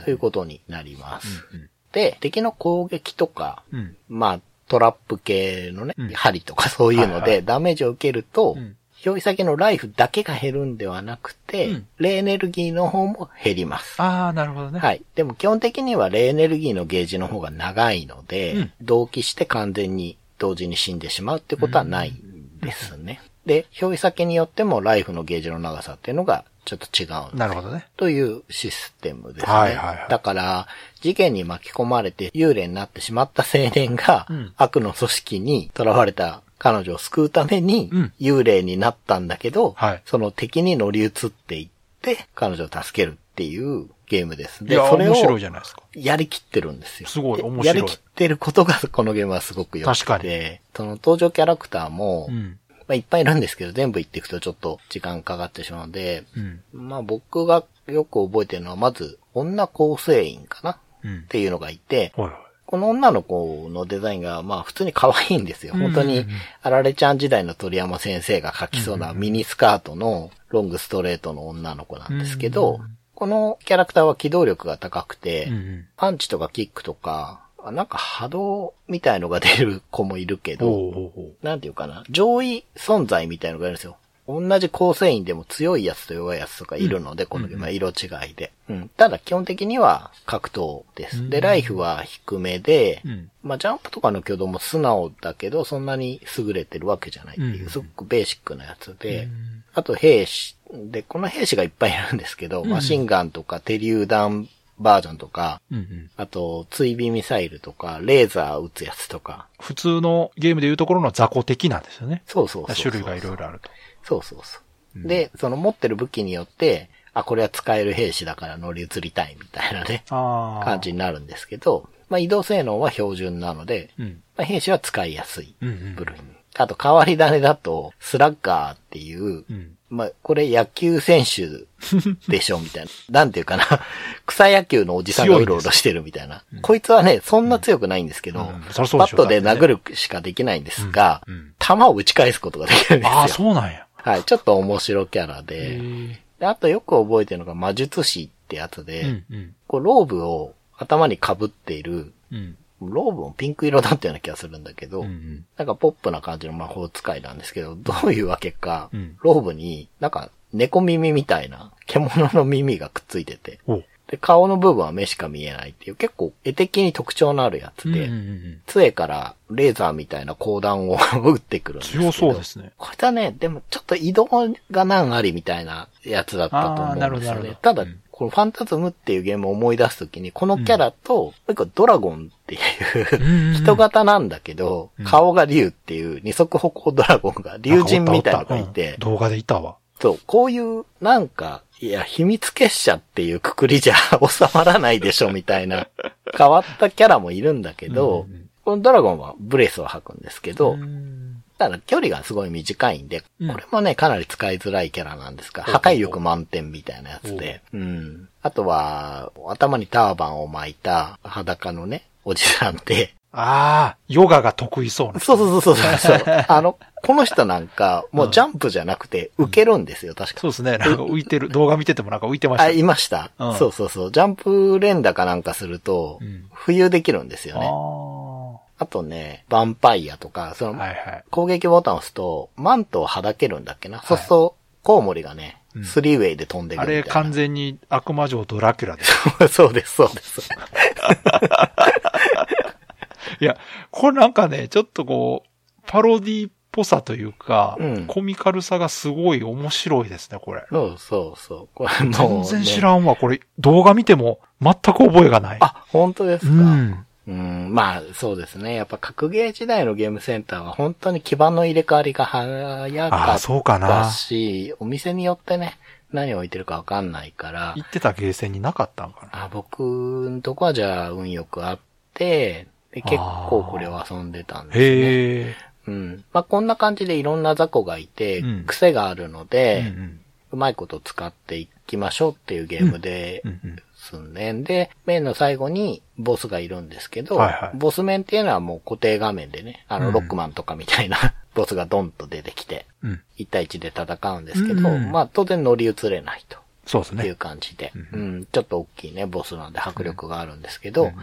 Speaker 2: ん。
Speaker 3: ということになります。
Speaker 2: うん
Speaker 3: で、敵の攻撃とか、
Speaker 2: うん。
Speaker 3: まあ、トラップ系のね、
Speaker 2: うん
Speaker 3: 針とかそういうの
Speaker 2: はいは
Speaker 3: でダメージを受けると
Speaker 2: うん、
Speaker 3: 表依先のライフだけが減るんではなく
Speaker 2: う
Speaker 3: て
Speaker 2: ん、
Speaker 3: 霊エネルギーの方も減ります。
Speaker 2: ああ、なるほどね。
Speaker 3: はい。でも基本的には霊エネルギーのゲージの方が長いの
Speaker 2: う
Speaker 3: で
Speaker 2: ん、
Speaker 3: 同期して完全に同時に死んでしまうってことはないんですね。で、表依先によってもライフのゲージの長さっていうのがちょっと違うん
Speaker 2: なるほどね。
Speaker 3: というシステムですね。
Speaker 2: はいはいはい
Speaker 3: だから、事件に巻き込まれて幽霊になってしまった青年が、
Speaker 2: うん
Speaker 3: 悪の組織に囚われた彼女を救うために、
Speaker 2: うん
Speaker 3: 幽霊になったんだけど、
Speaker 2: はい
Speaker 3: その敵に乗り移っていって、彼女を助けるっていうゲームです。
Speaker 2: い
Speaker 3: で、
Speaker 2: や、
Speaker 3: それ
Speaker 2: 面白
Speaker 3: を
Speaker 2: いじゃないですか。
Speaker 3: やりきってるんですよ。
Speaker 2: すごい
Speaker 3: で
Speaker 2: 面白い
Speaker 3: やりきってることが、このゲームはすごく良くて、
Speaker 2: 確か
Speaker 3: その登場キャラクターも、
Speaker 2: うん。
Speaker 3: まあ、いっぱいいるんですけど、全部行っていくとちょっと時間かかってしまうので、
Speaker 2: うん。
Speaker 3: まあ僕がよく覚えてるのは、まず、女構成員かな
Speaker 2: うん
Speaker 3: っ。ていうのがいて、
Speaker 2: はいはい。
Speaker 3: この女の子のデザインが、まあ普通に可愛いんですよ。
Speaker 2: うん
Speaker 3: 本当に、あられちゃん時代の鳥山先生が描きそうなミニスカートのロングストレートの女の子なんですけど、このキャラクターは機動力が高くて、
Speaker 2: うんうん。
Speaker 3: パンチとかキックとか、あなんか波動みたいのが出る子もいるけど、
Speaker 2: おうおうおう
Speaker 3: なんていうかな、上位存在みたいのがいるんですよ。同じ構成員でも強いやつと弱いやつとかいるので、このゲームは色違いで。うん。ただ基本的には格闘です。で、ライフは低めで、
Speaker 2: うん
Speaker 3: まあジャンプとかの挙動も素直だけど、そんなに優れてるわけじゃないっていう、
Speaker 2: うん
Speaker 3: すごくベーシックなやつで、
Speaker 2: うん
Speaker 3: あと兵士、で、この兵士がいっぱいいるんですけど、マシンガンとか手榴弾バージョンとか、
Speaker 2: うんうん。
Speaker 3: あと追尾ミサイルとか、レーザー撃つやつとか、
Speaker 2: 普通のゲームでいうところの雑魚的なんですよね。
Speaker 3: そうそうそうそう。
Speaker 2: 種類がいろいろあると。
Speaker 3: そうそうそう。で、その持ってる武器によって、あ、これは使える兵士だから乗り移りたいみたいなね、
Speaker 2: ああ。
Speaker 3: 感じになるんですけど、まあ移動性能は標準なので、
Speaker 2: うん。
Speaker 3: まあ、兵士は使いやすい
Speaker 2: うんうん
Speaker 3: 部類に。あと、変わり種だと、スラッガーっていう、
Speaker 2: うん。
Speaker 3: まあ、これ野球
Speaker 2: [LAUGHS]
Speaker 3: 選手でしょみたいな。なんていうかな。 [LAUGHS] 草野球のおじさんがうろうろしてるみたいな。こいつはね、そんな強くないんですけど、
Speaker 2: うんうんそりゃそう
Speaker 3: バ
Speaker 2: でし
Speaker 3: ッ
Speaker 2: ょ
Speaker 3: トで殴るしかできないんですが、
Speaker 2: うんうん
Speaker 3: 球を打ち返すことができるんですよ。
Speaker 2: ああ、そうなんや。
Speaker 3: はい、ちょっと面白キャラで、
Speaker 2: え
Speaker 3: であとよく覚えてるのが魔術師ってやつで、
Speaker 2: うんうん。
Speaker 3: こうローブを頭に被っている、
Speaker 2: うん。
Speaker 3: ローブもピンク色だったような気がするんだけど、
Speaker 2: うんうん。
Speaker 3: なんかポップな感じの魔法使いなんですけど、 [LAUGHS] どういうわけか、
Speaker 2: うん
Speaker 3: ローブになんか猫耳みたいな獣の耳がくっついてて、
Speaker 2: おう。
Speaker 3: で、顔の部分は目しか見えないっていう、結構絵的に特徴のあるやつ
Speaker 2: うんう
Speaker 3: で、
Speaker 2: んうん。
Speaker 3: 杖からレーザーみたいな鋼弾を [LAUGHS] 打ってくるんですけど。
Speaker 2: 強そうですね。
Speaker 3: これだね、でもちょっと移動が難ありみたいなやつだったと思うんですよ
Speaker 2: あーなるほどなるほど
Speaker 3: ね。ただ
Speaker 2: うん、
Speaker 3: このファンタズムっていうゲームを思い出すときに、このキャラと、もう一個ドラゴンっていう、人型なんだけど、
Speaker 2: うん
Speaker 3: 顔が竜っていう二足歩行ドラゴンが竜人みたいなのがい
Speaker 2: うん
Speaker 3: て、
Speaker 2: 動画でいたわ。
Speaker 3: そう、こういう、なんか、いや、秘密結社っていうくくりじゃ収まらないでしょみたいな、変わったキャラもいるんだけど、
Speaker 2: うんうんうん
Speaker 3: このドラゴンはブレスを吐くんですけど、
Speaker 2: うん
Speaker 3: ただ距離がすごい短いんで、
Speaker 2: うん
Speaker 3: これもね、かなり使いづらいキャラなんですが、
Speaker 2: ほうほ
Speaker 3: 破
Speaker 2: うほう
Speaker 3: 壊力満点みたいなやつで、うん。あとは、頭にターバンを巻いた裸のね、おじさん
Speaker 2: [LAUGHS]
Speaker 3: で、
Speaker 2: ああ、ヨガが得意そうな。
Speaker 3: そうそうそうそ
Speaker 2: [LAUGHS]
Speaker 3: うそう。あの、この人なんか、もうジャンプじゃなくて、受けるんですよ、確か。
Speaker 2: そうですね。なんか浮いて
Speaker 3: [LAUGHS]
Speaker 2: る。動画見ててもなんか浮いてまし
Speaker 3: あ、
Speaker 2: たね。
Speaker 3: いました、
Speaker 2: うん
Speaker 3: そうそうそう。ジャンプ連打かなんかすると
Speaker 2: うん、
Speaker 3: 浮遊できるんですよ
Speaker 2: あ
Speaker 3: ね。
Speaker 2: あ。は
Speaker 3: あとね、ヴァンパイアとか、そ
Speaker 2: い
Speaker 3: の、
Speaker 2: はい。
Speaker 3: 攻撃ボタンを押すと、マントをはだけるんだっけな。
Speaker 2: い
Speaker 3: そうすると、コウモリがね、
Speaker 2: うん
Speaker 3: スリーウェイで飛んでく
Speaker 2: あ
Speaker 3: るみたい
Speaker 2: れ
Speaker 3: な。
Speaker 2: 完全に悪魔城ドラキュラです。
Speaker 3: [LAUGHS] そうです、そうです。
Speaker 2: いや、これなんかね、ちょっとこう、パロディっぽさというか、
Speaker 3: うん
Speaker 2: コミカルさがすごい面白いですね、これ。
Speaker 3: そうそうそう。これもう、
Speaker 2: 全
Speaker 3: ね。
Speaker 2: 然知らんわ。これ、動画見ても全く覚えがない。
Speaker 3: あ、本当です
Speaker 2: う
Speaker 3: か。
Speaker 2: ん。
Speaker 3: うん、まあ、そうですね。やっぱ格ゲー時代のゲームセンターは本当に基盤の入れ替わりが早
Speaker 2: あ
Speaker 3: か
Speaker 2: あ、
Speaker 3: っ
Speaker 2: そうか
Speaker 3: た
Speaker 2: な。
Speaker 3: し、お店によってね、何を置いてるかわかんないから、
Speaker 2: 言ってたゲーセンになかったんかな。
Speaker 3: あ僕んとこはじゃあ運よくあって、で結構これを遊んでたんですね。
Speaker 2: へえ。
Speaker 3: うん。まあ、こんな感じでいろんな雑魚がいて、
Speaker 2: うん
Speaker 3: 癖があるので、
Speaker 2: う
Speaker 3: うん
Speaker 2: うん
Speaker 3: まいこと使っていきましょうっていうゲームで
Speaker 2: うんうん
Speaker 3: すね。で、面の最後にボスがいるんですけど、
Speaker 2: はいはい
Speaker 3: ボス面っていうのはもう固定画面でね、あ
Speaker 2: う
Speaker 3: の、
Speaker 2: ん
Speaker 3: ロックマンとかみたいな、 [LAUGHS] ボスがドンと出てきて、
Speaker 2: うん。
Speaker 3: 1対1で戦うんですけど、
Speaker 2: うん
Speaker 3: まあ当然乗り移れないと。
Speaker 2: そうです
Speaker 3: っていう
Speaker 2: ね。
Speaker 3: 感じで、
Speaker 2: う
Speaker 3: うんん、ちょっと大きいね、ボスなんで迫力があるんですけど、
Speaker 2: うんうん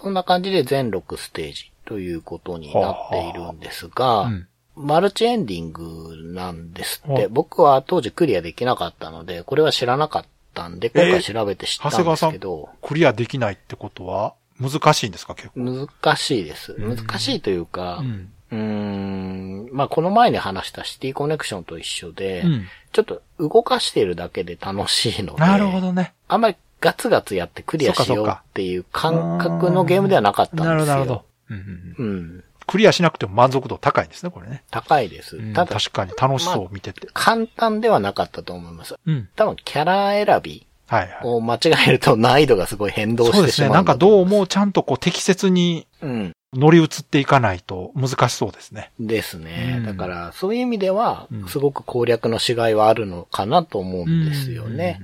Speaker 3: そんな感じで全6ステージということになっているんですが、
Speaker 2: うん
Speaker 3: マルチエンディングなんですっ
Speaker 2: は
Speaker 3: て、
Speaker 2: い
Speaker 3: 僕は当時クリアできなかったので、これは知らなかったんで、今
Speaker 2: え
Speaker 3: 回
Speaker 2: ー
Speaker 3: 調べて知っ
Speaker 2: 長
Speaker 3: たん
Speaker 2: 谷
Speaker 3: で
Speaker 2: 川さ
Speaker 3: す
Speaker 2: ん
Speaker 3: けど、、
Speaker 2: クリアできないってことは、難しいんですか、結構。
Speaker 3: 難しいです。
Speaker 2: うん
Speaker 3: 難しいというか
Speaker 2: う、ん。
Speaker 3: うーん、まあこの前に話したシティコネクションと一緒で、
Speaker 2: うん
Speaker 3: ちょっと動かしているだけで楽しいので、
Speaker 2: なるほどね。
Speaker 3: あんまりガツガツやってクリアしようっていう感覚のゲームではなかったんです
Speaker 2: な
Speaker 3: よ。
Speaker 2: るほど、なるほど。うんうんうん
Speaker 3: うん。
Speaker 2: クリアしなくても満足度高いんですね、これね。
Speaker 3: 高いです。
Speaker 2: うん
Speaker 3: ただ、
Speaker 2: 確かに楽しそう、見てて。
Speaker 3: 簡単ではなかったと思います。
Speaker 2: うん。
Speaker 3: 多分、キャラ選び
Speaker 2: はいは
Speaker 3: を間違えると難易度がすごい変動
Speaker 2: い。そう
Speaker 3: し
Speaker 2: で
Speaker 3: て
Speaker 2: す
Speaker 3: し
Speaker 2: ね。
Speaker 3: ま
Speaker 2: な
Speaker 3: うんんだ
Speaker 2: か
Speaker 3: と
Speaker 2: ど
Speaker 3: 思
Speaker 2: う
Speaker 3: います。
Speaker 2: もちゃんとこう適切に
Speaker 3: うん。
Speaker 2: 乗り移っていかないと難しそうですね。
Speaker 3: ですね。
Speaker 2: うん
Speaker 3: だから、そういう意味では
Speaker 2: うん、
Speaker 3: すごく攻略のしがいはあるのかなと思うんですよね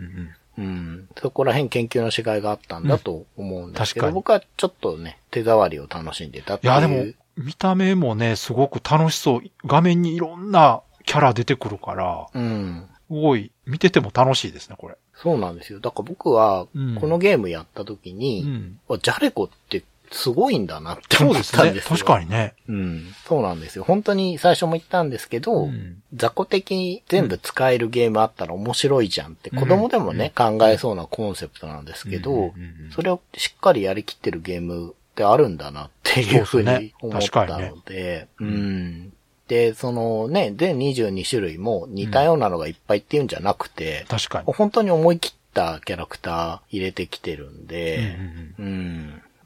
Speaker 2: うん。うんうん
Speaker 3: うん。そこら辺研究のしがいがあったんだと思うんですけ
Speaker 2: うん確か
Speaker 3: ど、
Speaker 2: に
Speaker 3: 僕はちょっとね、手触りを楽しんでたっ
Speaker 2: い
Speaker 3: ていう。
Speaker 2: や、でも、見た目もね、すごく楽しそう。画面にいろんなキャラ出てくるから、
Speaker 3: うん。
Speaker 2: すごい、見てても楽しいですね、これ。
Speaker 3: そうなんですよ。だから僕は
Speaker 2: うん、
Speaker 3: このゲームやった時
Speaker 2: う
Speaker 3: に、
Speaker 2: ん。
Speaker 3: あジャレコってすごいんだなって
Speaker 2: そう
Speaker 3: 思
Speaker 2: で
Speaker 3: っ
Speaker 2: す
Speaker 3: たん
Speaker 2: ね
Speaker 3: で。すよ。
Speaker 2: 確かにね。
Speaker 3: に。うん。そうなんですよ。本当に最初も言ったんですけど、
Speaker 2: うん
Speaker 3: 雑魚的に全部使えるゲームあったら面白いじゃんって、
Speaker 2: うん
Speaker 3: 子供でもね、考えそうなコンセプトなんですけど、
Speaker 2: うんうんうん
Speaker 3: それをしっかりやりきってるゲームってあるんだなっていうふ
Speaker 2: そう
Speaker 3: う
Speaker 2: です
Speaker 3: に
Speaker 2: ね
Speaker 3: 思った
Speaker 2: 確かにね
Speaker 3: ので、うん。で、そのね、全22種類も似たようなのがいっぱいっていうんじゃなくて、
Speaker 2: 確かに。
Speaker 3: 本当に思い切ったキャラクター入れてきてるんで
Speaker 2: うん、うん
Speaker 3: うん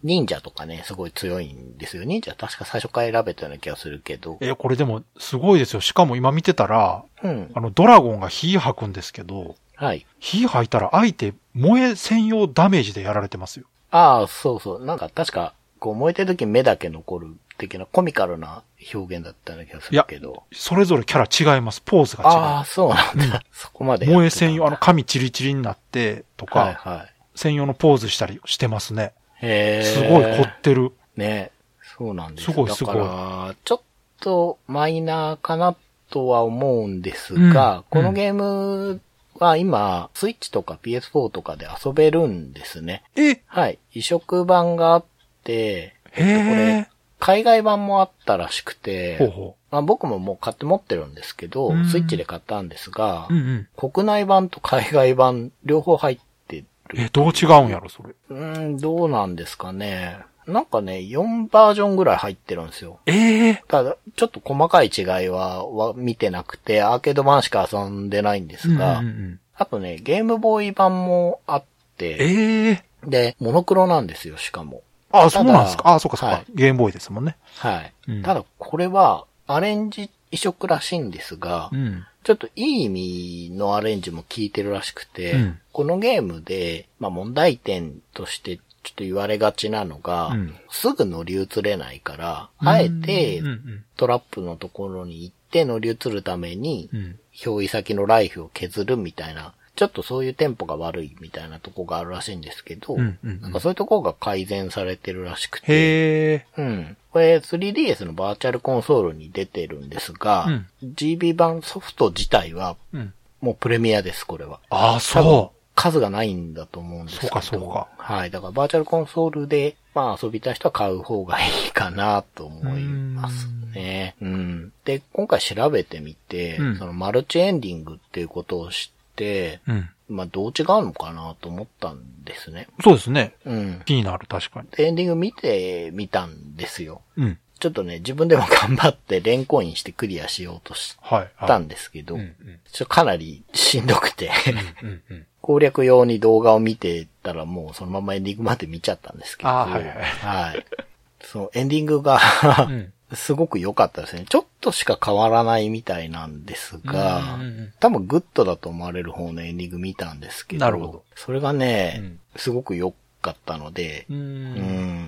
Speaker 3: 忍者とかね、すごい強いんですよ。忍者確か最初から選べたような気がするけど
Speaker 2: う。んえ、これでも、すごいですよ。しかも今見てたら、
Speaker 3: うん
Speaker 2: あ。の、ドラゴンが火吐くんですけど、
Speaker 3: はい。
Speaker 2: 火吐いたら相手、燃え専用ダメージでやられてますよ。
Speaker 3: ああ、そうそう。なんか確か、こう燃えてる時に目だけ残る的なコミカルな表現だったような気がするけど。
Speaker 2: それぞれキャラ違います。ポーズ
Speaker 3: ああ、
Speaker 2: が
Speaker 3: そうなんだ。そこま
Speaker 2: 違
Speaker 3: で
Speaker 2: う。
Speaker 3: やってたんだ。
Speaker 2: 萌え専用、あの、髪チリチリになって、とか、
Speaker 3: はいはい。
Speaker 2: 専用のポーズしたりしてますね。
Speaker 3: へえ。
Speaker 2: すごい凝ってる。
Speaker 3: ね。そうなんです
Speaker 2: すごいすごい
Speaker 3: だから、ちょっとマイナーかなとは思うんですが、
Speaker 2: うん
Speaker 3: このゲームは今、スイッチとか PS4 とかで遊べるんですね。
Speaker 2: え
Speaker 3: はい。移植版があって、
Speaker 2: へえ。
Speaker 3: 海外版もあったらしくて、
Speaker 2: ほうほ
Speaker 3: まあ、僕ももう買って持ってるんですけど、
Speaker 2: うん
Speaker 3: スイッチで買ったんですが
Speaker 2: う。う、んうん。
Speaker 3: 国内版と海外版両方入ってる。
Speaker 2: え、どう違うんやろ、それ。
Speaker 3: うーん、どうなんですかね。なんかね、4バージョンぐらい入ってるんですよ。
Speaker 2: ええ。
Speaker 3: ただ、ちょっと細かい違いは、は見てなくて、アーケード版しか遊んでないんですが、
Speaker 2: うんうんうん
Speaker 3: あとね、ゲームボーイ版もあって、
Speaker 2: ええ。
Speaker 3: で、モノクロなんですよ、しかも。
Speaker 2: あ、そうなんですか。あ、そうか、そう
Speaker 3: は
Speaker 2: か
Speaker 3: い。
Speaker 2: ゲームボーイですもんね。
Speaker 3: はい。
Speaker 2: うん
Speaker 3: ただ、これは、アレンジ移植らしいんですが、
Speaker 2: うん。
Speaker 3: ちょっといい意味のアレンジも効いてるらしくて、
Speaker 2: うん
Speaker 3: このゲームで、まあ問題点としてちょっと言われがちなのが、
Speaker 2: うん
Speaker 3: すぐ乗り移れないから、あえて
Speaker 2: うんうん
Speaker 3: トラップのところに行って乗り移るために、
Speaker 2: うん。
Speaker 3: 表意先のライフを削るみたいな、ちょっとそういうテンポが悪いみたいなとこがあるらしいんですけど、
Speaker 2: うんうんうん
Speaker 3: なんかそういうとこが改善されてるらしくて、
Speaker 2: へえ。
Speaker 3: うん。これ 3DS のバーチャルコンソールに出てるんですが、
Speaker 2: うん
Speaker 3: GB 版ソフト自体は
Speaker 2: うん。
Speaker 3: もうプレミアです、これは。
Speaker 2: あ、そ
Speaker 3: 数がないんだと思うんですけど。
Speaker 2: そうかそうか
Speaker 3: はい。だからバーチャルコンソールで、まあ遊びたい人は買う方がいいかなと思いますね。うん。で、今回調べてみて、
Speaker 2: うん
Speaker 3: そのマルチエンディングっていうことを知って、
Speaker 2: う。うん。
Speaker 3: まあどう違うのかなと思ったんですね。
Speaker 2: そうですね。
Speaker 3: うん。
Speaker 2: 気になる、確かに。
Speaker 3: でエンディング見てみたんですよ。
Speaker 2: うん。
Speaker 3: ちょっとね、自分でも頑張って連行インしてクリアしようとし
Speaker 2: はい。
Speaker 3: たん
Speaker 2: で
Speaker 3: ですけど、
Speaker 2: うんうん
Speaker 3: ちょっとかなりしんどくて、
Speaker 2: うんうん。
Speaker 3: 攻略用に動画を見てたらもうそのままエンディングまで見ちゃったんですけど。
Speaker 2: あーはいはい
Speaker 3: はいそのエンディ
Speaker 2: [LAUGHS]
Speaker 3: ングが
Speaker 2: う、ん
Speaker 3: すごく良かったですね。ちょっとしか変わらないみたいなんですが
Speaker 2: うんうんうん、
Speaker 3: 多分グッドだと思われる方のエンディング見たんですけど、
Speaker 2: なるほど
Speaker 3: それがね、
Speaker 2: うん
Speaker 3: すごく良かったので、
Speaker 2: う。
Speaker 3: うん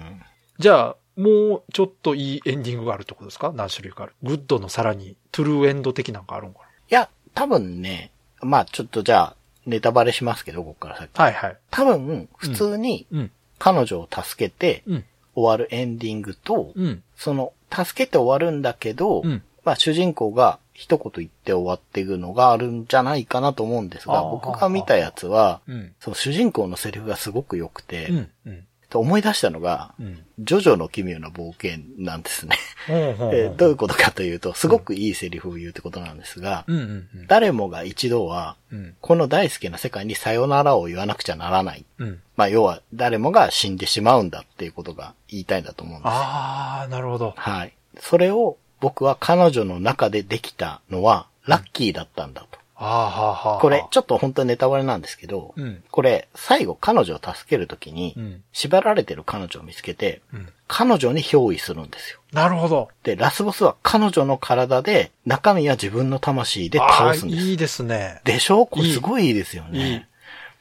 Speaker 3: ん。
Speaker 2: じゃあ、もうちょっといいエンディングがあるってことですか何種類かある。グッドのさらに、トゥルーエンド的なんかあるんか
Speaker 3: いや、多分ね、まあちょっとじゃあ、ネタバレしますけど、ここから先。
Speaker 2: なはいはい。
Speaker 3: 多分、普通に
Speaker 2: うん。
Speaker 3: 彼女を助けて
Speaker 2: うん。
Speaker 3: 終わるエンディングと、
Speaker 2: うん。
Speaker 3: その、助けて終わるんだけど、
Speaker 2: うん
Speaker 3: まあ主人公が一言言って終わっていくのがあるんじゃないかなと思うんですが、
Speaker 2: あー
Speaker 3: 僕が見たやつは、
Speaker 2: うん。
Speaker 3: その主人公のセリフがすごく良くて、
Speaker 2: うん。うん。
Speaker 3: と思い出したのが、
Speaker 2: うん。
Speaker 3: ジョジョの奇妙な冒険なんですね、
Speaker 2: ほうほうほう
Speaker 3: えーどういうことかというと、すごくいいセリフを言うってことなんですが、
Speaker 2: うんうんうん。
Speaker 3: 誰もが一度は、
Speaker 2: うん。
Speaker 3: この大好きな世界にさよならを言わなくちゃならない。
Speaker 2: うん。
Speaker 3: まあ要は、誰もが死んでしまうんだっていうことが言いたいんだと思うんですよ
Speaker 2: あー、なるほど。
Speaker 3: はい。それを僕は彼女の中でできたのはラッキーだったんだと。
Speaker 2: あーはーはー
Speaker 3: これ、ちょっと本当にネタバレなんですけど、
Speaker 2: うん。
Speaker 3: これ、最後彼女を助けるとき
Speaker 2: う
Speaker 3: に、
Speaker 2: ん。
Speaker 3: 縛られてる彼女を見つけて、
Speaker 2: うん。
Speaker 3: 彼女に憑依するんですよ。
Speaker 2: なるほど。
Speaker 3: で、ラスボスは彼女の体で、中身は自分の魂で
Speaker 2: あ
Speaker 3: 倒
Speaker 2: あ
Speaker 3: すん
Speaker 2: ー
Speaker 3: です。
Speaker 2: いいですね。
Speaker 3: でしょこれすごいいいですよね。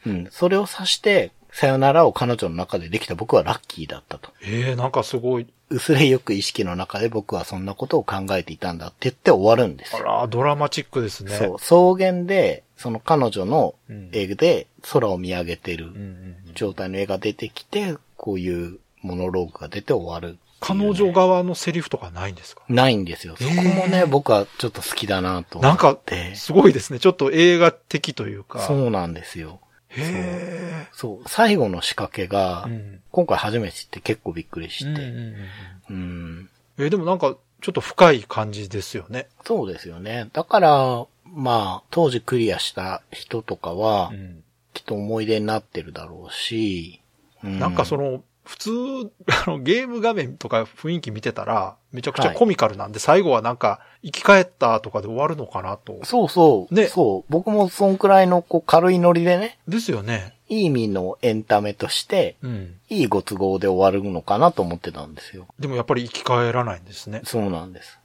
Speaker 3: うん。それを指して、さよならを彼女の中でできた僕はラッキーだったと。
Speaker 2: ええなんかすごい。
Speaker 3: 薄れゆく意識の中で僕はそんなことを考えていたんだって言って終わるんです
Speaker 2: あ
Speaker 3: よ。
Speaker 2: ら、ドラマチックですね。
Speaker 3: そう、草原で、その彼女の
Speaker 2: うん
Speaker 3: 絵で空を見上げて
Speaker 2: うんう
Speaker 3: る
Speaker 2: んうん
Speaker 3: 状態の絵が出てきて、こういうモノローグが出て終わるっていうね、
Speaker 2: 彼女側のセリフとかないんですか
Speaker 3: ないんですよ。そこもね、
Speaker 2: えー
Speaker 3: 僕はちょっと好きだなと思
Speaker 2: なんか
Speaker 3: っ、て。
Speaker 2: すごいですね。ちょっと映画的というか。
Speaker 3: そうなんですよ。
Speaker 2: へ
Speaker 3: そう、最後の仕掛けが、
Speaker 2: え。うん
Speaker 3: 今回初めて知って結構びっくり
Speaker 2: う
Speaker 3: し
Speaker 2: んうんう
Speaker 3: て。
Speaker 2: ん
Speaker 3: うん
Speaker 2: えーでもなんか、ちょっと深い感じですよね。
Speaker 3: そうですよね。だから、まあ、当時クリアした人とかは、
Speaker 2: うん
Speaker 3: きっと思い出になってるだろうし、う
Speaker 2: なんかその、普通、 [LAUGHS] あの、ゲーム画面とか雰囲気見てたら、めちゃくちゃコミカルなんで、最後はなんか、生き返ったとかで終わるのかなと。
Speaker 3: そうそう。
Speaker 2: ね
Speaker 3: そう。僕もそんくらいのこう軽いノリでね、
Speaker 2: ですよね。
Speaker 3: いい意味のエンタメとして、
Speaker 2: うん。
Speaker 3: いいご都合で終わるのかなと思ってたんですよ。
Speaker 2: でもやっぱり生き返らないんですね。
Speaker 3: そうなんです。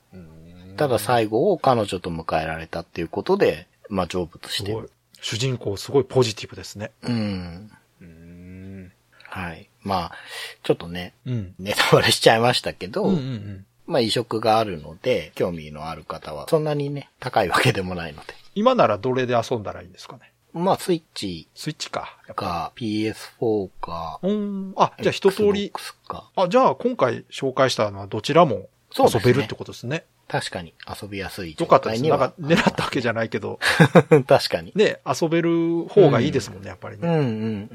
Speaker 3: ただ最後を彼女と迎えられたっていうことで、まあ成仏し
Speaker 2: す
Speaker 3: て
Speaker 2: ごい
Speaker 3: る。。
Speaker 2: 主人公すごいポジティブですね。
Speaker 3: うん。
Speaker 2: うん。
Speaker 3: はい。まあ、ちょっとね、
Speaker 2: うん。
Speaker 3: ネタバレしちゃいましたけど、
Speaker 2: うんうんうん。
Speaker 3: まあ移植があるので、興味のある方は、そんなにね、高いわけでもないので。
Speaker 2: 今ならどれで遊んだらいいんですかね。
Speaker 3: まあスイッチ
Speaker 2: スイッチか。やっぱ
Speaker 3: か、PS4 か、
Speaker 2: うーん。あ、じゃあ一通り。
Speaker 3: Xbox か。
Speaker 2: あ、じゃあ今回紹介したのはどちらも
Speaker 3: そうです
Speaker 2: 遊
Speaker 3: ね
Speaker 2: べるってことですね。
Speaker 3: 確かに遊びやすい状
Speaker 2: よかったで
Speaker 3: 態
Speaker 2: す。
Speaker 3: に
Speaker 2: なん
Speaker 3: は
Speaker 2: か狙ったわけじゃないけど、
Speaker 3: [LAUGHS] 確かに。
Speaker 2: ね、遊べる方がいいですもんね、やっぱり
Speaker 3: う
Speaker 2: ね。
Speaker 3: んうんう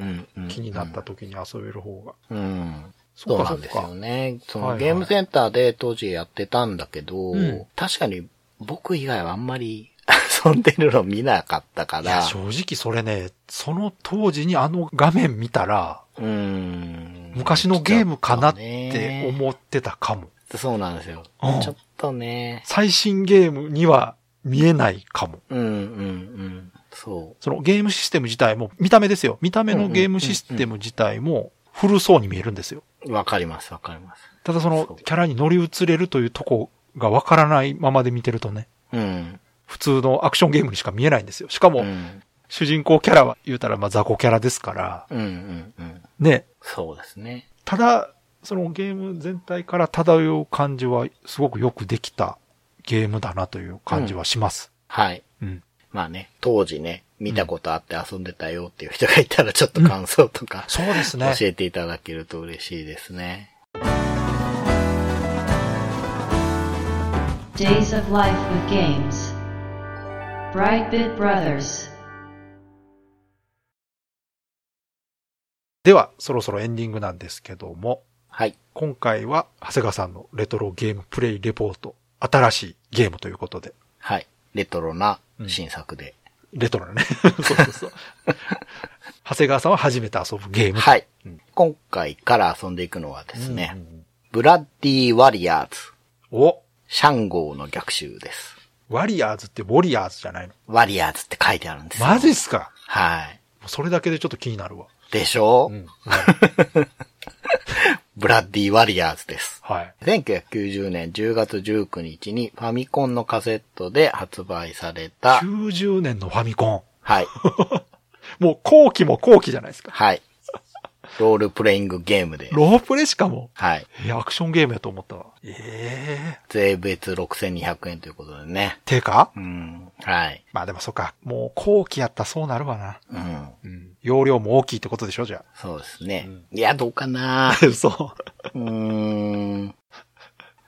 Speaker 3: んうん。
Speaker 2: 気になった時に遊べる方が。
Speaker 3: うん。
Speaker 2: そ
Speaker 3: そう
Speaker 2: か
Speaker 3: うな
Speaker 2: そうん
Speaker 3: ですよ
Speaker 2: か。
Speaker 3: ね。そ
Speaker 2: はいは
Speaker 3: の
Speaker 2: い
Speaker 3: ゲームセンターで当時やってたんだけど、
Speaker 2: うん
Speaker 3: 確かに僕以外はあんまり [LAUGHS] 遊んでるの見なかったか
Speaker 2: いや、
Speaker 3: ら、
Speaker 2: 正直それね、その当時にあの画面見たら、
Speaker 3: うん。
Speaker 2: 昔のゲームかなっ
Speaker 3: ちょと
Speaker 2: て
Speaker 3: ね
Speaker 2: 思ってたかも。
Speaker 3: そうなんですよ。
Speaker 2: うん
Speaker 3: ちょっとね。
Speaker 2: 最新ゲームには見えないかも。
Speaker 3: うんうんうん。そ
Speaker 2: そのゲームシステム自体も、見た目ですよ。見た目のゲームシステム自体も古そうに見えるんですよ。
Speaker 3: う。わかりますわかります。
Speaker 2: ただそ
Speaker 3: そ
Speaker 2: の
Speaker 3: う
Speaker 2: キャラに乗り移れるというとこがわからないままで見てるとね、
Speaker 3: うん。
Speaker 2: 普通のアクションゲームにしか見えないんですよ。しか
Speaker 3: う
Speaker 2: も、
Speaker 3: ん。
Speaker 2: 主人公キャラは言うたらまあ雑魚キャラですから、
Speaker 3: うんうんうん。
Speaker 2: ね。
Speaker 3: そうですね。
Speaker 2: ただ、そのゲーム全体から漂う感じはすごくよくできたゲームだなという感じはします。
Speaker 3: はい。
Speaker 2: うん。
Speaker 3: まあね、当時ね、見たことあって遊んでたよっていう人がいたらちょっと感想とか、
Speaker 2: そうですね。
Speaker 3: 教えていただけると嬉しいですね。
Speaker 1: Days of Life with Games. Brightbit Brothers.
Speaker 2: [LAUGHS] では、そろそろエンディングなんですけども、
Speaker 3: はい。
Speaker 2: 今回は長谷川さんのレトロゲームプレイレポート、新しいゲームということで、
Speaker 3: はい。レトロな新作で。
Speaker 2: レトロなね。 [LAUGHS] そうそうそう。長谷川さんは初めて遊ぶゲーム。。
Speaker 3: はいい。今回から遊んでいくのはですね、
Speaker 2: うん
Speaker 3: ブラッディ・ワリアーズ、
Speaker 2: お
Speaker 3: シャンゴーの逆襲です。
Speaker 2: ワリアーズってウォリアーズじゃないの
Speaker 3: ワリアーズって書いてあるんですよ。
Speaker 2: マジっすか
Speaker 3: はい。
Speaker 2: もうそれだけでちょっと気になるわ。
Speaker 3: でしょ、う
Speaker 2: うん
Speaker 3: [LAUGHS] ブラッディ・ワリアーズです。
Speaker 2: はい。
Speaker 3: 1990年10月19日にファミコンのカセットで発売された、
Speaker 2: 90年のファミコ
Speaker 3: はい。
Speaker 2: ン。もう後期も後期じゃないですか。
Speaker 3: はい。ロールプレイングゲームで。
Speaker 2: ロープレしかも。
Speaker 3: はい。
Speaker 2: えーアクションゲームやと思ったわ。ええ
Speaker 3: 税別6200円ということでね。
Speaker 2: てか
Speaker 3: うん。はい。
Speaker 2: まあでもそっか。もう後期やったらそうなるわな。
Speaker 3: うん。
Speaker 2: うん。容量も大きいってことでしょじゃ
Speaker 3: そうですね。いや、どうかな
Speaker 2: [LAUGHS] あ。嘘。
Speaker 3: うーん。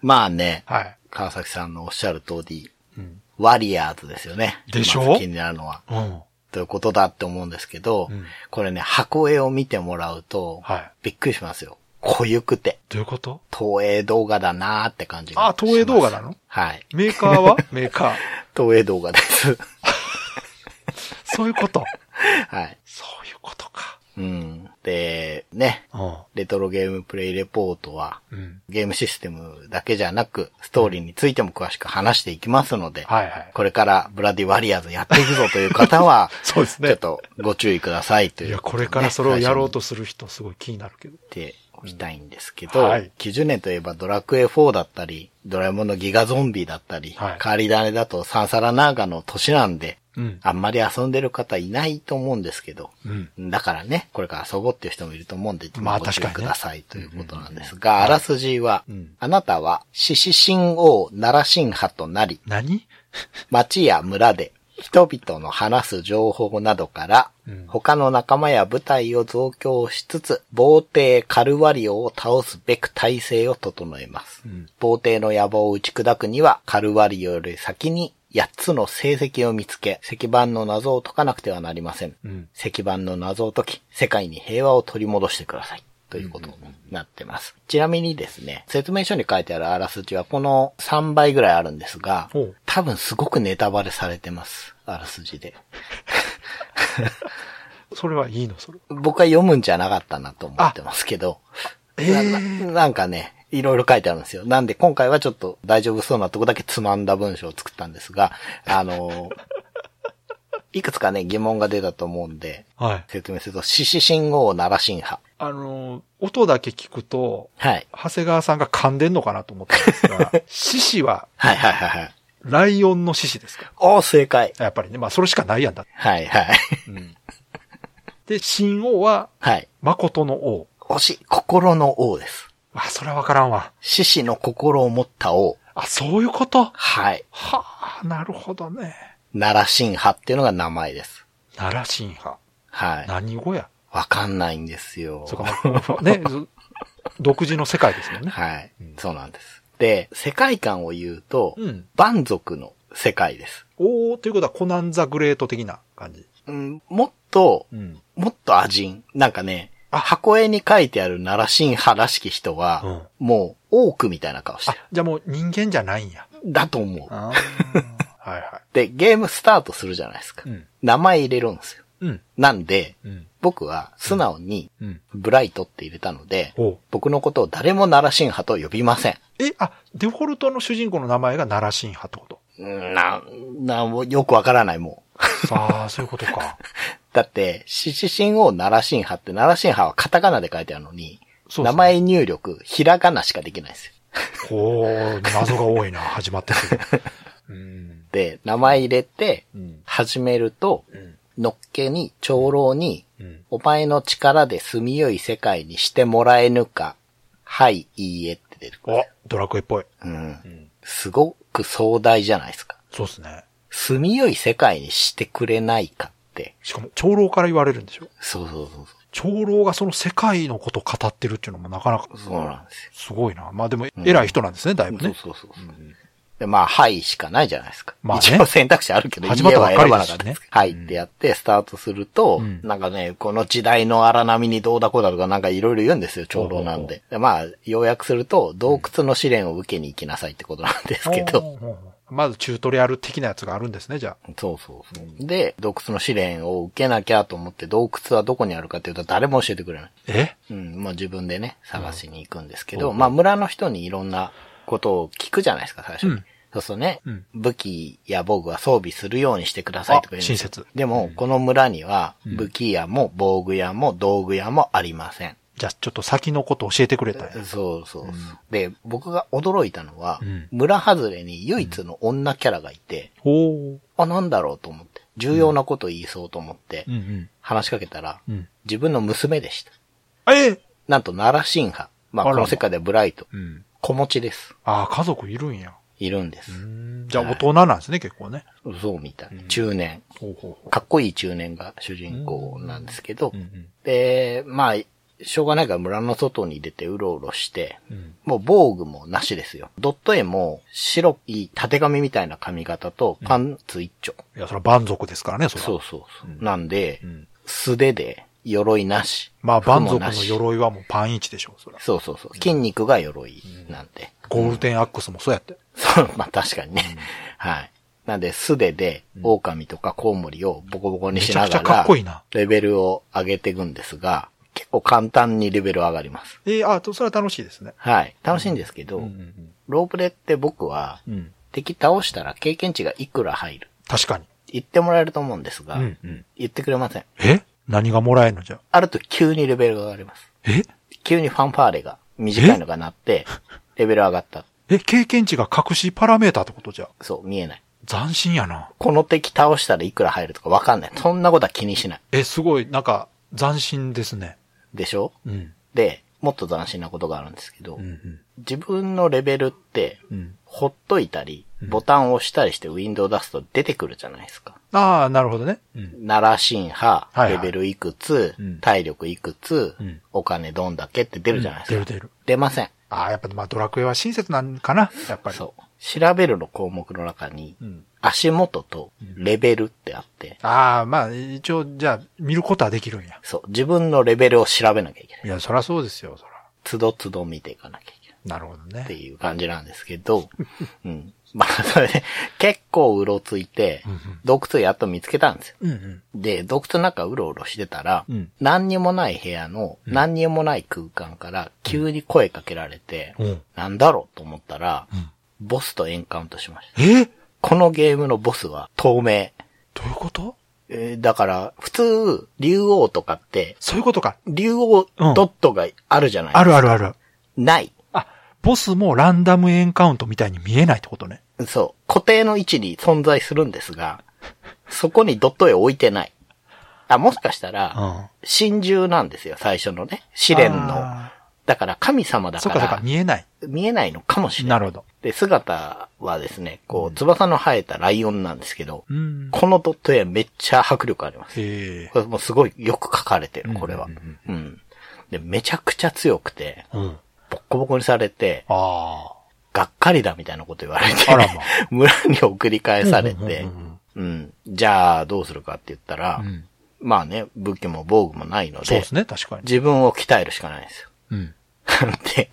Speaker 3: まあね、
Speaker 2: はい。
Speaker 3: 川崎さんのおっしゃる通り、
Speaker 2: うん。
Speaker 3: ワリアーズですよね。
Speaker 2: でしょ
Speaker 3: まず気になるのは。
Speaker 2: うん。
Speaker 3: ということだって思うんですけど、
Speaker 2: うん
Speaker 3: これね、箱絵を見てもらうと、
Speaker 2: はい。
Speaker 3: びっくりしますよ。濃ゆくて、
Speaker 2: どういうこと
Speaker 3: 投影動画だなーって感じが
Speaker 2: あ、東映動画なの
Speaker 3: はい。
Speaker 2: メーカーは [LAUGHS] メーカー。
Speaker 3: 投影動画です。 [LAUGHS]
Speaker 2: そういうこと。
Speaker 3: はい。
Speaker 2: そういうことか。
Speaker 3: うん。で、ね、レトロゲームプレイレポートは、
Speaker 2: うん。うん。
Speaker 3: ゲームシステムだけじゃなく、ストーリーについても詳しく話していきますので、
Speaker 2: はいはい。、
Speaker 3: これからブラディワリアーズやっていくぞという方は
Speaker 2: [LAUGHS] そうですね
Speaker 3: ちょっとご注意くださいと
Speaker 2: い
Speaker 3: いう、
Speaker 2: や、これからそれをやろうとする人、すごい気になるけど。
Speaker 3: っておきたいんですけど、
Speaker 2: はい
Speaker 3: 90年といえばドラクエ4だったり、ドラえもんのギガゾンビだったり、
Speaker 2: はい
Speaker 3: 変わり種だとサンサラナーガの年なんで、
Speaker 2: うん。
Speaker 3: あんまり遊んでる方いないと思うんですけど、
Speaker 2: うん。
Speaker 3: だからね、これから遊ぼうっていう人もいると思うんで、
Speaker 2: まあ
Speaker 3: ご注意
Speaker 2: 確か
Speaker 3: く
Speaker 2: にね
Speaker 3: ださいということなんですが、あらすじは、
Speaker 2: うん
Speaker 3: あなたは獅子神王奈良神派となり、
Speaker 2: 何
Speaker 3: 町や村で人々の話す情報などから、
Speaker 2: うん
Speaker 3: 他の仲間や部隊を増強しつつ、防帝カルワリオを倒すべく体制を整えます。
Speaker 2: うん
Speaker 3: 防帝の野望を打ち砕くには、カルワリオより先に8つの成績を見つけ、石板の謎を解かなくてはなりません。
Speaker 2: うん。
Speaker 3: 石板の謎を解き、世界に平和を取り戻してください。ということになってます。ちなみにですね、説明書に書いてあるあらすじはこの3倍ぐらいあるんですが
Speaker 2: ほう、
Speaker 3: 多分すごくネタバレされてます。あらすじで。
Speaker 2: それはいいのそれ。
Speaker 3: 僕は読むんじゃなかったなと思ってますけど、
Speaker 2: ええ
Speaker 3: なななんかね、いろいろ書いてあるんですよ。なんで今回はちょっと大丈夫そうなとこだけつまんだ文章を作ったんですが、あの、いくつかね、疑問が出たと思うんで、
Speaker 2: はい。
Speaker 3: 説明すると、獅子信号奈良神派。
Speaker 2: あのー、音だけ聞くと、
Speaker 3: はい。
Speaker 2: 長谷川さんが噛んでんのかなと思ったんです [LAUGHS] が、獅子は
Speaker 3: はいはいはいはい。
Speaker 2: ライオンの獅子ですか
Speaker 3: おー、正解。
Speaker 2: やっぱりね、まあそれしかないやんだ。
Speaker 3: はいはい。
Speaker 2: うん。で、新王は
Speaker 3: はい。
Speaker 2: 誠の王。
Speaker 3: 推し、心の王です。
Speaker 2: あ、それはわからんわ。
Speaker 3: 獅子の心を持った王。
Speaker 2: あ、そういうこと
Speaker 3: はい。
Speaker 2: はあ、なるほどね。
Speaker 3: 奈良神派っていうのが名前です。
Speaker 2: 奈良新派。
Speaker 3: はい。
Speaker 2: 何語や
Speaker 3: わかんないんですよ。
Speaker 2: そうか、ね、ず独自の世界ですもんね。
Speaker 3: はい。そうなんです。って、世界観を言うと、
Speaker 2: うん。
Speaker 3: 蛮族の世界です。
Speaker 2: おー、ということはコナンザグレート的な感じ。
Speaker 3: うん、もっと、
Speaker 2: うん。
Speaker 3: もっとアジン。なんかね、
Speaker 2: あ
Speaker 3: 箱絵に書いてある奈良神派らしき人は、もう、多くみたいな顔して
Speaker 2: あ
Speaker 3: る。、
Speaker 2: じゃあもう人間じゃないんや。
Speaker 3: だと思う。
Speaker 2: あーはいは
Speaker 3: で、ゲームスタートするじゃないですか。
Speaker 2: い。うん。
Speaker 3: 名前入れるんですよ。
Speaker 2: うん。
Speaker 3: なんで、
Speaker 2: うん。
Speaker 3: 僕は素直に、
Speaker 2: うん。
Speaker 3: ブライトって入れたので、
Speaker 2: おう
Speaker 3: 僕のことを誰も奈良神派と呼びません。
Speaker 2: え、あ、デフォルトの主人公の名前が奈良神派ってこと
Speaker 3: うんな、な、もうよくわからないもう。
Speaker 2: ああ、そういうこと [LAUGHS] か。
Speaker 3: だって、獅子神を奈良神派って、奈良神派はカタカナで書いてあるのに、
Speaker 2: そうですね
Speaker 3: 名前入力、ひらがなしかできないんですよ。
Speaker 2: おー、謎が多いな、始まってすぐ。 [LAUGHS] うん。
Speaker 3: で、名前入れて、
Speaker 2: うん。
Speaker 3: 始めると、
Speaker 2: うん。
Speaker 3: のっけに、長老に、
Speaker 2: うん。
Speaker 3: お前の力で住みよい世界にしてもらえぬか、はい、いいえって出てくる。
Speaker 2: お、ドラクエっぽい。
Speaker 3: うん
Speaker 2: う。ん。
Speaker 3: すごく壮大じゃないですか。
Speaker 2: そうですね。
Speaker 3: 住みよい世界にしてくれないかって。
Speaker 2: しかも、長老から言われるんでしょ
Speaker 3: そうそうそう
Speaker 2: 長老がその世界のことを語ってるっていうのもなかなか
Speaker 3: そう。そうなんですよ。
Speaker 2: すごいな。まあでも、
Speaker 3: ん
Speaker 2: 偉い人なんですね、だいぶ
Speaker 3: そう
Speaker 2: ね。
Speaker 3: そうそうそう。で、まあ、はいしかないじゃないですか。
Speaker 2: まあね
Speaker 3: 一応選択肢あるけど、
Speaker 2: 始まったばっかり
Speaker 3: 家は
Speaker 2: です
Speaker 3: 選
Speaker 2: しね
Speaker 3: ばなかったですはいってやって、スタートすると、
Speaker 2: うん
Speaker 3: なんかね、この時代の荒波にどうだこうだとかなんかいろいろ言うんですよ、長老なんで。でまあ、要約すると、洞窟の試練を受けに行きなさいってことなんですけど。
Speaker 2: おー。おーおーまずチュートリアル的なやつがあるんですね、じゃあ。
Speaker 3: そうそうそう。で、洞窟の試練を受けなきゃと思って、洞窟はどこにあるかっていうと誰も教えてくれない。
Speaker 2: え
Speaker 3: うん、まあ自分でね、探しに行くんですけど、まあ村の人にいろんなことを聞くじゃないですか、最初に。
Speaker 2: うん
Speaker 3: そうするとね、
Speaker 2: うん
Speaker 3: 武器や防具は装備するようにしてくださいとか言うんですよ
Speaker 2: あ親切
Speaker 3: でも、この村には、武器屋も防具屋も道具屋もありません。
Speaker 2: じゃあ、ちょっと先のこと教えてくれたんや
Speaker 3: そうそうそう、で、僕が驚いたのは、
Speaker 2: うん
Speaker 3: 村外れに唯一の女キャラがいて、
Speaker 2: おー。
Speaker 3: あ、なんだろうと思って、重要なこと言いそうと思って
Speaker 2: うん、うん。
Speaker 3: 話しかけたら、
Speaker 2: うん。
Speaker 3: 自分の娘でした。
Speaker 2: え
Speaker 3: なんと奈良神派。まあ、
Speaker 2: あら
Speaker 3: この世界ではブライト。
Speaker 2: うん。
Speaker 3: 子持ちです。
Speaker 2: ああ、家族いるんや。
Speaker 3: いるんです
Speaker 2: う。ん。じゃあ、大人なんですね、結構ね。
Speaker 3: そうみたい。中年。
Speaker 2: ほうほうほ
Speaker 3: かっこいい中年が主人公なんですけど
Speaker 2: う。う、ん
Speaker 3: で、まあ、しょうがないから村の外に出てうろうろして、
Speaker 2: うん。うん。
Speaker 3: もう防具もなしですよ。ドット絵も白い縦紙みたいな髪型とパンツ一丁。
Speaker 2: いや、それは蛮族ですからね、それは。
Speaker 3: そうそうそう。なんで
Speaker 2: う、ん。
Speaker 3: 素手で鎧なし。
Speaker 2: まあ、蛮
Speaker 3: 服
Speaker 2: 族
Speaker 3: もな
Speaker 2: の
Speaker 3: し
Speaker 2: 鎧はもうパンイチでしょ、それは。
Speaker 3: そうそうそう。筋肉が鎧なんで。
Speaker 2: ゴールデンアックスもそうやって。
Speaker 3: そう、まあ確かにね。はい。なんで、素手で、狼とかコウモリをボコボコにしな
Speaker 2: めち
Speaker 3: が
Speaker 2: ゃくちゃかっ
Speaker 3: ら
Speaker 2: こいいな、
Speaker 3: レベルを上げていくんですが、結構簡単にレベル上がります。
Speaker 2: えー、あと、それは楽しいですね。
Speaker 3: はい。楽しいんですけど、
Speaker 2: うん
Speaker 3: ロープレって僕は、
Speaker 2: うんうん。
Speaker 3: 敵倒したら経験値がいくら入る
Speaker 2: 確かに。
Speaker 3: 言ってもらえると思うんですが、
Speaker 2: うんうん
Speaker 3: 言ってくれません。
Speaker 2: え何がもらえるのじゃあ。
Speaker 3: あると急にレベルが上がります。
Speaker 2: え
Speaker 3: 急にファンファーレが短いのが鳴って、
Speaker 2: [LAUGHS]
Speaker 3: レベル上がった。
Speaker 2: え、経験値が隠しパラメーターってことじゃあ。
Speaker 3: そう、見えない。
Speaker 2: 斬新やな。
Speaker 3: この敵倒したらいくら入るとかわかんない。そんなことは気にしない。
Speaker 2: え、すごい、なんか、斬新ですね。
Speaker 3: でしょ
Speaker 2: うん。
Speaker 3: で、もっと斬新なことがあるんですけど、
Speaker 2: うんうん。
Speaker 3: 自分のレベルって、
Speaker 2: うん。
Speaker 3: ほっといたり、ボタンを押したりしてウィンドウ出すと出てくるじゃないですか。
Speaker 2: ああ、なるほどね。うん。
Speaker 3: 奈良神派、
Speaker 2: はいはい
Speaker 3: レベルいくつ、
Speaker 2: うん
Speaker 3: 体力いくつ、
Speaker 2: うん
Speaker 3: お金どんだけって出るじゃないです
Speaker 2: 出
Speaker 3: か。
Speaker 2: る出る。
Speaker 3: 出ません。
Speaker 2: ああ、やっぱ、まあ、ドラクエは親切なんかな、やっぱり。
Speaker 3: そう。調べるの項目の中に、
Speaker 2: ん
Speaker 3: 足元とレベルってあって、
Speaker 2: ああ、まあ、一応、じゃあ、見ることはできるんや。
Speaker 3: そう。自分のレベルを調べなきゃいけない。
Speaker 2: いや、そらそうですよ、そら。
Speaker 3: つどつど見ていかなきゃいけない。
Speaker 2: なるほど
Speaker 3: って
Speaker 2: ね。
Speaker 3: いう感じなんですけ
Speaker 2: [LAUGHS]
Speaker 3: ど、うん。まあ、それで、結構うろついて
Speaker 2: んうん、
Speaker 3: 洞窟やっと見つけたんですよ。
Speaker 2: うんうん。
Speaker 3: で、洞窟の中うろうろしてたら、
Speaker 2: うん
Speaker 3: 何にもない部屋の、何にもない空間から急に声かけられて、
Speaker 2: うん
Speaker 3: なんだろうと思ったら、
Speaker 2: ん
Speaker 3: ボスとエンカウントしました。
Speaker 2: え
Speaker 3: このゲームのボスは透明。
Speaker 2: どういうこと
Speaker 3: えーだから、普通、竜王とかって、
Speaker 2: そういうことか。
Speaker 3: 竜王ドットがあるじゃない、
Speaker 2: あるあるある。
Speaker 3: ない。
Speaker 2: あ、ボスもランダムエンカウントみたいに見えないってことね。
Speaker 3: そう。固定の位置に存在するんですが、そこにドット絵を置いてない。あ、もしかした
Speaker 2: う
Speaker 3: ら、
Speaker 2: ん。
Speaker 3: 真珠なんですよ、最初のね。試練の。
Speaker 2: あ
Speaker 3: だから神様
Speaker 2: ー
Speaker 3: だ
Speaker 2: そ
Speaker 3: か、
Speaker 2: っかそっから見えない。
Speaker 3: 見えないのかもしれな。
Speaker 2: ないるほど。
Speaker 3: で、姿はですね、こう、翼の生えたライオンなんですけど、
Speaker 2: うん。
Speaker 3: このドット絵めっちゃ迫力あります。
Speaker 2: へえ
Speaker 3: こ。れもうすごいよく描かれてる、これは
Speaker 2: うんうん。
Speaker 3: うん。で、めちゃくちゃ強くて、
Speaker 2: うん。
Speaker 3: ボッコボコにされて、
Speaker 2: ああ。
Speaker 3: がっかりだみたいなこと言われて、
Speaker 2: あら
Speaker 3: [LAUGHS]
Speaker 2: ま
Speaker 3: 村に送り返され
Speaker 2: う
Speaker 3: て
Speaker 2: んうん、うん
Speaker 3: うん、じゃあどうするかって言ったら、
Speaker 2: うんうん
Speaker 3: まあね、武器も防具もないの
Speaker 2: そう
Speaker 3: で、
Speaker 2: ですね、確かに。
Speaker 3: 自分を鍛えるしかないんですよ。 [LAUGHS]
Speaker 2: うん。
Speaker 3: で、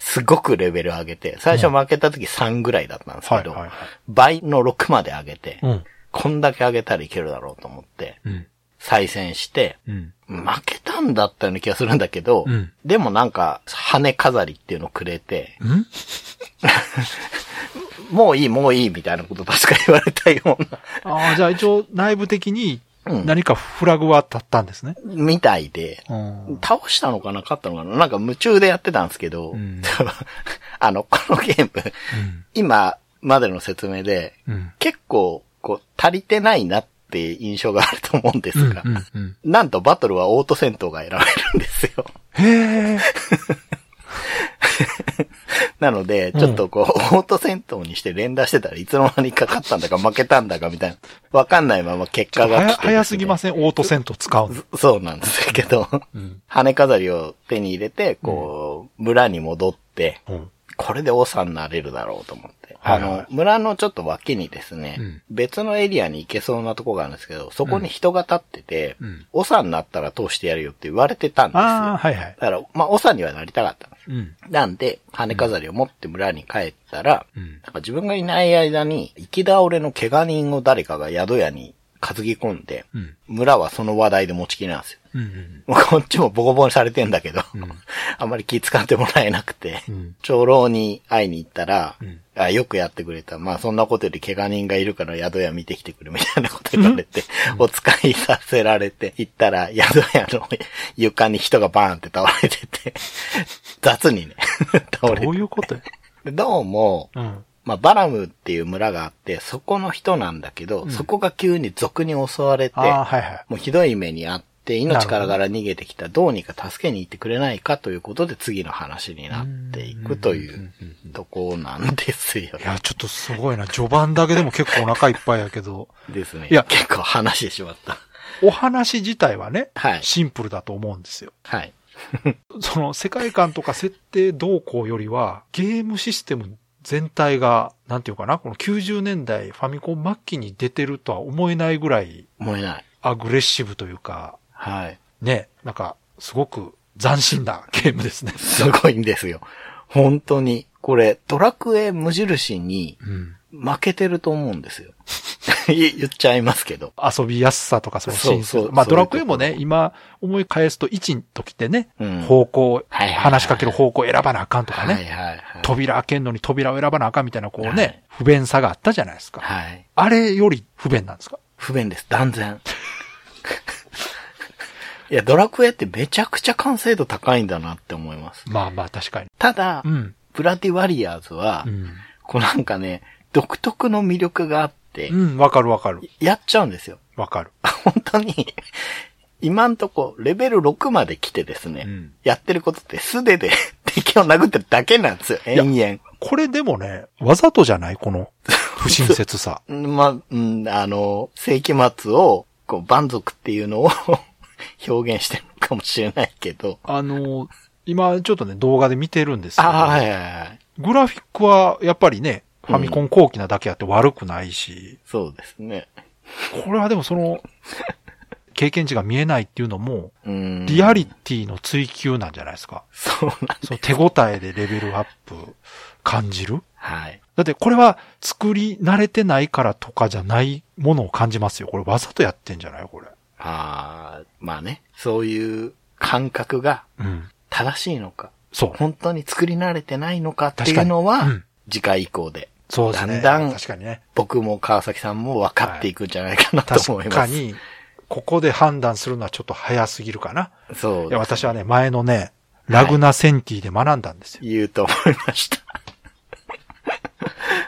Speaker 3: すごくレベル上げて、最初負けた時3ぐらいだったんですけど、
Speaker 2: はいはいはい
Speaker 3: 倍の6まで上げて、
Speaker 2: うん。
Speaker 3: こんだけ上げたらいけるだろうと思って、
Speaker 2: うん。
Speaker 3: 再戦して、
Speaker 2: うん。
Speaker 3: 負けたんだったような気がするんだけど、
Speaker 2: うん
Speaker 3: でもなんか、羽飾りっていうのくれて、
Speaker 2: うん
Speaker 3: もういいもういいみたいなこと確か言われたよう
Speaker 2: ああ、じゃあ一応内部的に
Speaker 3: うん
Speaker 2: 何かフラグは立ったんですね。
Speaker 3: な、みたいで、
Speaker 2: うん。
Speaker 3: 倒したのかな勝ったのかななんか夢中でやってたんですけど、
Speaker 2: うん
Speaker 3: [LAUGHS] あの、このゲーム、今までの説明で、
Speaker 2: うん。
Speaker 3: 結構、こう、足りてないなって印象があると思うんで
Speaker 2: う
Speaker 3: す
Speaker 2: ん
Speaker 3: が、
Speaker 2: うん。うん。
Speaker 3: なんとバトルはオート戦闘が選べるんですよ。 [LAUGHS]
Speaker 2: へえ。
Speaker 3: なので、ちょっとこう、オート戦闘にして連打してたらいつの間にか勝ったんだか負けたんだかみたいな、わかんないまま結
Speaker 2: ちょっ
Speaker 3: 果
Speaker 2: とは
Speaker 3: が来て
Speaker 2: や早すぎますせん、オートセント使うの。
Speaker 3: ね。そうなんですけど、
Speaker 2: うん。
Speaker 3: 羽飾りを手に入れて、こう、村に戻って、
Speaker 2: うん。
Speaker 3: これで王さんになれるだろうと思って。
Speaker 2: は
Speaker 3: あ
Speaker 2: いはい
Speaker 3: の、村のちょっと脇にですね、
Speaker 2: うん
Speaker 3: 別のエリアに行けそうなとこがあるんですけど、そこに人が立ってて、
Speaker 2: うん
Speaker 3: 王さんになったら通してやるよって言われてたんですよ。
Speaker 2: ああ、はいはい
Speaker 3: だ。から、まあ、王さんにはなりたかったんです。
Speaker 2: うん。
Speaker 3: なんで、羽飾りを持って村に帰ったら、
Speaker 2: うん
Speaker 3: なんか自分がいない間に、行き倒れの怪我人を誰かが宿屋に担ぎ込んで、
Speaker 2: うん。
Speaker 3: 村はその話題で持ちきりなんですよ。
Speaker 2: うんうん。
Speaker 3: もうこっちもボコボコにされてんだけど、
Speaker 2: ん
Speaker 3: あんまり気遣ってもらえなくて、
Speaker 2: うん
Speaker 3: 長老に会いに行ったら、
Speaker 2: うん
Speaker 3: あ、よくやってくれた。まあそんなことより怪我人がいるから宿屋見てきてくるみたいなこと言われて、 [LAUGHS] お使いさせられて、行ったら宿屋の床に人がバーンって倒れてて、雑にね、倒れ
Speaker 2: どう
Speaker 3: て
Speaker 2: いうことや。
Speaker 3: でどうも、
Speaker 2: うん。
Speaker 3: まあバラムっていう村があって、そこの人なんだけど、
Speaker 2: うん
Speaker 3: そこが急に俗に襲われて、
Speaker 2: ああ、はいはい。
Speaker 3: もうひどい目にあって、命からがら逃げてきた、どうにか助けに行ってくれないかということで次の話になっていくというとこなんですよ
Speaker 2: い。や、ちょっとすごいな。序盤だけでも結構お腹いっぱいやけど、
Speaker 3: ですね。
Speaker 2: いや
Speaker 3: 結構話してしまった。
Speaker 2: お話自体はね、
Speaker 3: はい。
Speaker 2: シンプルだと思うんですよ。
Speaker 3: はい。
Speaker 2: その世界観とか設定動向よりは、ゲームシステム全体が、なんていうかな、この90年代ファミコン末期に出てるとは思えないぐらい
Speaker 3: 思えない。
Speaker 2: アグレッシブというか、
Speaker 3: はい。。
Speaker 2: ね、なんか、すごく斬新なゲームですね
Speaker 3: すごいんですよ。本当に。これ、ドラクエ無印に
Speaker 2: うん。
Speaker 3: 負けてると思うんです [LAUGHS] よ。言っちゃいますけど。
Speaker 2: 遊びやすさとか、そのシーン
Speaker 3: そうそう
Speaker 2: まあ
Speaker 3: そう
Speaker 2: ド
Speaker 3: いう
Speaker 2: ラ
Speaker 3: とこ
Speaker 2: クエもね、今思い返すと1ときてね、
Speaker 3: うん
Speaker 2: 方向、
Speaker 3: はいはいはい
Speaker 2: 話しかける方向を選ばなあかんとかね、
Speaker 3: はいはいはい。
Speaker 2: 扉開けんのに扉を選ばなあかんみたいな、こうね、
Speaker 3: はい
Speaker 2: 不便さがあったじゃないですか。
Speaker 3: はい。
Speaker 2: あれより不便なんですか
Speaker 3: 不便です。断然。 [LAUGHS] いや、ドラクエってめちゃくちゃ完成度高いんだなって思います。
Speaker 2: まあまあ確かに。
Speaker 3: ただ、
Speaker 2: うん。
Speaker 3: ブラディワリアーズは、
Speaker 2: うん。
Speaker 3: こうなんかね、独特の魅力があって
Speaker 2: う、ん、わかるわかる。
Speaker 3: やっちゃうんですよ。 [LAUGHS]
Speaker 2: わかる。
Speaker 3: 本当に、今んとこ、レベル6まで来てですね、
Speaker 2: うん
Speaker 3: やってることって素手で [LAUGHS] 敵を殴ってるだけなんですよ、
Speaker 2: や
Speaker 3: 延
Speaker 2: これでもね、わざとじゃないこ [LAUGHS] の不親切さ。
Speaker 3: 々。まあ、うん、あの、世紀末を、こう、蛮族っていうのを [LAUGHS] 表現してるのかもしれないけど、
Speaker 2: あの、今ちょっとね、動画で見てるんですけど、
Speaker 3: ああ、はいはいはい。
Speaker 2: グラフィックはやっぱりね、ファミコン後期なだけあって悪くない [LAUGHS] し、
Speaker 3: そうですね。
Speaker 2: これはでもその、経験値が見えないっていうのも、
Speaker 3: うん。
Speaker 2: リアリティの追求なんじゃないですか。
Speaker 3: そうなん。
Speaker 2: その手応えでレベルアップ感じる
Speaker 3: はい。
Speaker 2: だってこれは作り慣れてないからとかじゃないものを感じますよ。これわざとやってんじゃないこれ。
Speaker 3: ああ、まあね。そういう感覚が
Speaker 2: うん。
Speaker 3: 正しいのか、
Speaker 2: そう。
Speaker 3: 本当に作り慣れてないのかっていうのは、
Speaker 2: 確かにうん
Speaker 3: 次回以降で、
Speaker 2: そうですね。
Speaker 3: だんだん
Speaker 2: 確かにね。
Speaker 3: 僕も川崎さんも分かっていくんじゃないかなと思い
Speaker 2: 確
Speaker 3: ます。
Speaker 2: かに、ここで判断するのはちょっと早すぎるかな。
Speaker 3: そう
Speaker 2: いや、私はね、前のね、ラグナセンティで学んだんですよ。
Speaker 3: 言うと思いました。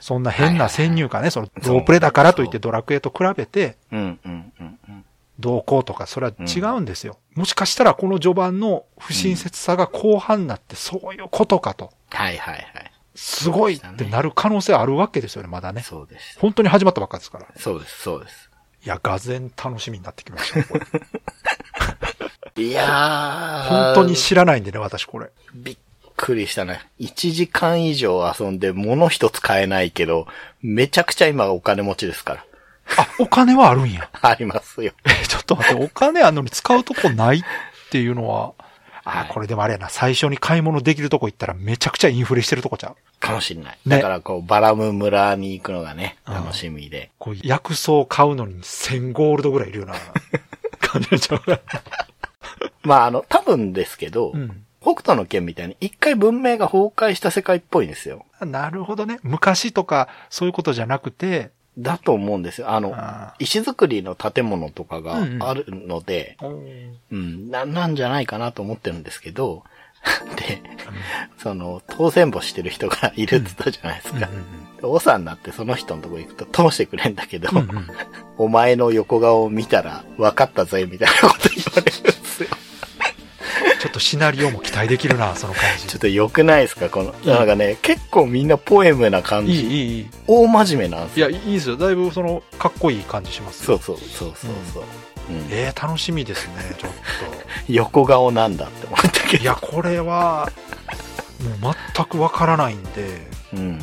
Speaker 2: そんな変な先入観ね、その、ロープレだからといってドラクエと比べて、
Speaker 3: うんうんうんうん。
Speaker 2: どうこうとか、それは違うんですよ。もしかしたらこの序盤の不親切さが後半になって、そういうことかと、
Speaker 3: はいはいはい。
Speaker 2: すごいってなる可能性あるわけですよね、まだね。
Speaker 3: そうです。
Speaker 2: 本当に始まったばっかですから。
Speaker 3: そうです、そうです。
Speaker 2: いや、がぜん楽しみになってきましたね、これ
Speaker 3: いやー。
Speaker 2: 本当に知らないんでね、私これ。
Speaker 3: びっくりしたね。1時間以上遊んで物一つ買えないけど、めちゃくちゃ今お金持ちですから。
Speaker 2: あ、お金はあるんや。
Speaker 3: [LAUGHS] ありますよ。
Speaker 2: [LAUGHS] えちょっと待って、お金あんのに使うとこないっていうのは、あ
Speaker 3: は
Speaker 2: ー、
Speaker 3: い
Speaker 2: これでもあれやな、最初に買い物できるとこ行ったらめちゃくちゃインフレしてるとこちゃう。
Speaker 3: かもしんない。
Speaker 2: ね
Speaker 3: だからこう、バラム村に行くのがね、
Speaker 2: うん
Speaker 3: 楽しみで。
Speaker 2: こう、薬草買うのに1000ゴールドぐらいい [LAUGHS] るような感じちゃう。
Speaker 3: まああの、多分ですけど、
Speaker 2: うん。
Speaker 3: 北斗の剣みたいに一回文明が崩壊した世界っぽいんですよ。
Speaker 2: なるほどね。昔とかそういうことじゃなくて、
Speaker 3: だと思うんですよ。あの、
Speaker 2: あ
Speaker 3: 石造りの建物とかが
Speaker 2: うんうん
Speaker 3: あるので、
Speaker 2: ー
Speaker 3: うん、な、なんじゃないかなと思ってるんですけど、 [LAUGHS] で、その、当選簿してる人がいるって言ったじゃないです
Speaker 2: うん
Speaker 3: か。王さんになってその人のとこ行くと通してくれんだけど、
Speaker 2: うんうんうん
Speaker 3: お前の横顔を見たら分かったぜ、みたいなこと言われるんです
Speaker 2: [LAUGHS]
Speaker 3: よ。
Speaker 2: ちょっとシナリオも期待できるな、その感じ。
Speaker 3: ちょっと良くないですかこの、なんかね、結構みんなポエムな感
Speaker 2: いい、
Speaker 3: じ。
Speaker 2: いい、いい。
Speaker 3: 大真面目なんです
Speaker 2: い
Speaker 3: よ。
Speaker 2: や、いいですよ。だいぶその、かっこいい感じしますよ。
Speaker 3: そうそうそうそうそう。うん
Speaker 2: えー、楽しみですね、ちょっと。
Speaker 3: 横顔なんだって思ったけ
Speaker 2: い
Speaker 3: ど。
Speaker 2: や、これは、もう全くわからないんで、
Speaker 3: うん。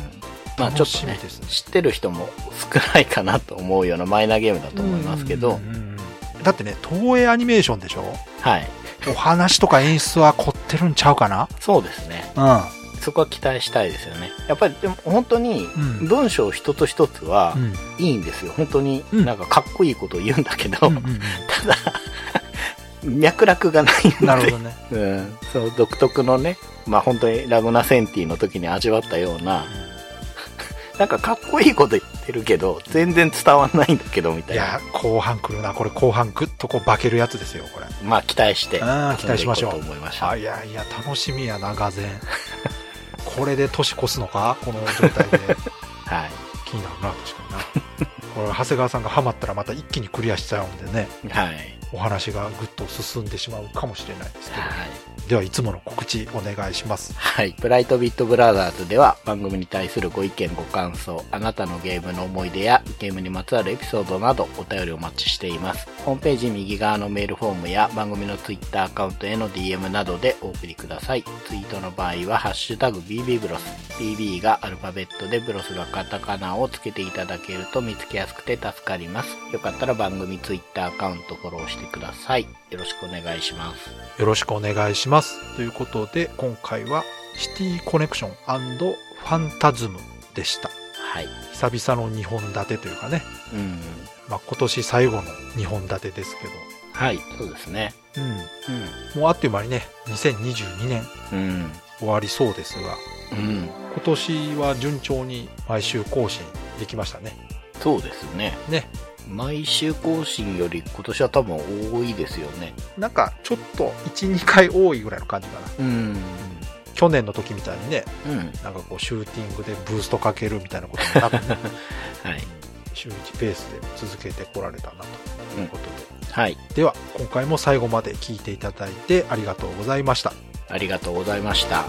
Speaker 3: まあ
Speaker 2: 楽
Speaker 3: ちょっと
Speaker 2: しみ
Speaker 3: ね
Speaker 2: で、すね。
Speaker 3: 知ってる人も少ないかなと思うようなマイナーゲームだと思いますけ
Speaker 2: う
Speaker 3: ど
Speaker 2: ん、うんうんだってね、東映アニメーションでしょ
Speaker 3: はい。
Speaker 2: お話とか演出は凝ってるんちゃうかな
Speaker 3: そうですね。
Speaker 2: う
Speaker 3: そこは期待したいですよね。やっぱりでも本当に
Speaker 2: うん
Speaker 3: 文章一つ一つは
Speaker 2: ん。うん。
Speaker 3: いいんですよ。本当に
Speaker 2: うん
Speaker 3: なんかかっこいいことを言うんだけど、
Speaker 2: うんうん
Speaker 3: ただ、 [LAUGHS] 脈絡が [LAUGHS] ないん
Speaker 2: うん
Speaker 3: で。
Speaker 2: なるほどね。
Speaker 3: うん。その独特のね、まあ本当にラグナセンティの時に味わったような、なんかかっこいいこと言ってるけど、全然伝わんないんだけどみた
Speaker 2: い
Speaker 3: いな
Speaker 2: や。、後半来るな。これ後半グッとこう化けるやつですよ、これ。
Speaker 3: まあ期待して
Speaker 2: うん、期待しましょう
Speaker 3: 遊んでいこうと思いました。
Speaker 2: あいやいや、楽しみやな、がぜん。 [LAUGHS] これで年越すのかこの状態で。 [LAUGHS]
Speaker 3: はい。
Speaker 2: 気になるな、確かにな。これ、長谷川さんがハマったらまた一気にクリアしちゃうんでね。
Speaker 3: はい。
Speaker 2: お話がぐっと進んでしまうかもしれないですけ
Speaker 3: はい。
Speaker 2: ど、ではいつもの告知お願いします。
Speaker 3: はい。ブライトビットブラザーズでは番組に対するご意見、ご感想、あなたのゲームの思い出やゲームにまつわるエピソードなどお便りをお待ちしています。ホームページ右側のメールフォームや番組のツイッターアカウントへの DM などでお送りください。ツイートの場合はハッシュタグ BB ブロス。BB がアルファベットでブロスがカタカナをつけていただけると見つけやすくて助かります。よかったら番組ツイッターアカウントフォローしてください。よろしくお願いします。
Speaker 2: よろしくお願いします。ということで、今回はシティコネクションファンタズムでした。
Speaker 3: はい。
Speaker 2: 久々の2本立てというかね、
Speaker 3: うん。
Speaker 2: まあ、今年最後の2本立てですけ
Speaker 3: はい。そうですね。
Speaker 2: ど、
Speaker 3: うん。
Speaker 2: うん、もうあっという間にね、2022年
Speaker 3: うん。
Speaker 2: 終わりそうですが、
Speaker 3: うん。
Speaker 2: 今年は順調に毎週更新できましたね。
Speaker 3: そうですね。
Speaker 2: ね。
Speaker 3: 毎週更新より今年は多分多いですよね。
Speaker 2: なんかちょっと1、2回多いぐらいの感じかな。
Speaker 3: うん。
Speaker 2: 去年の時みたいにね、
Speaker 3: うん。
Speaker 2: なんかこうシューティングでブーストかけるみたいなこともなく、ね、
Speaker 3: はい。
Speaker 2: 週1ペースで続けてこられたなということで、
Speaker 3: はい。
Speaker 2: では今回も最後まで聞いていただいてありがとうございました
Speaker 3: ありがとうございました。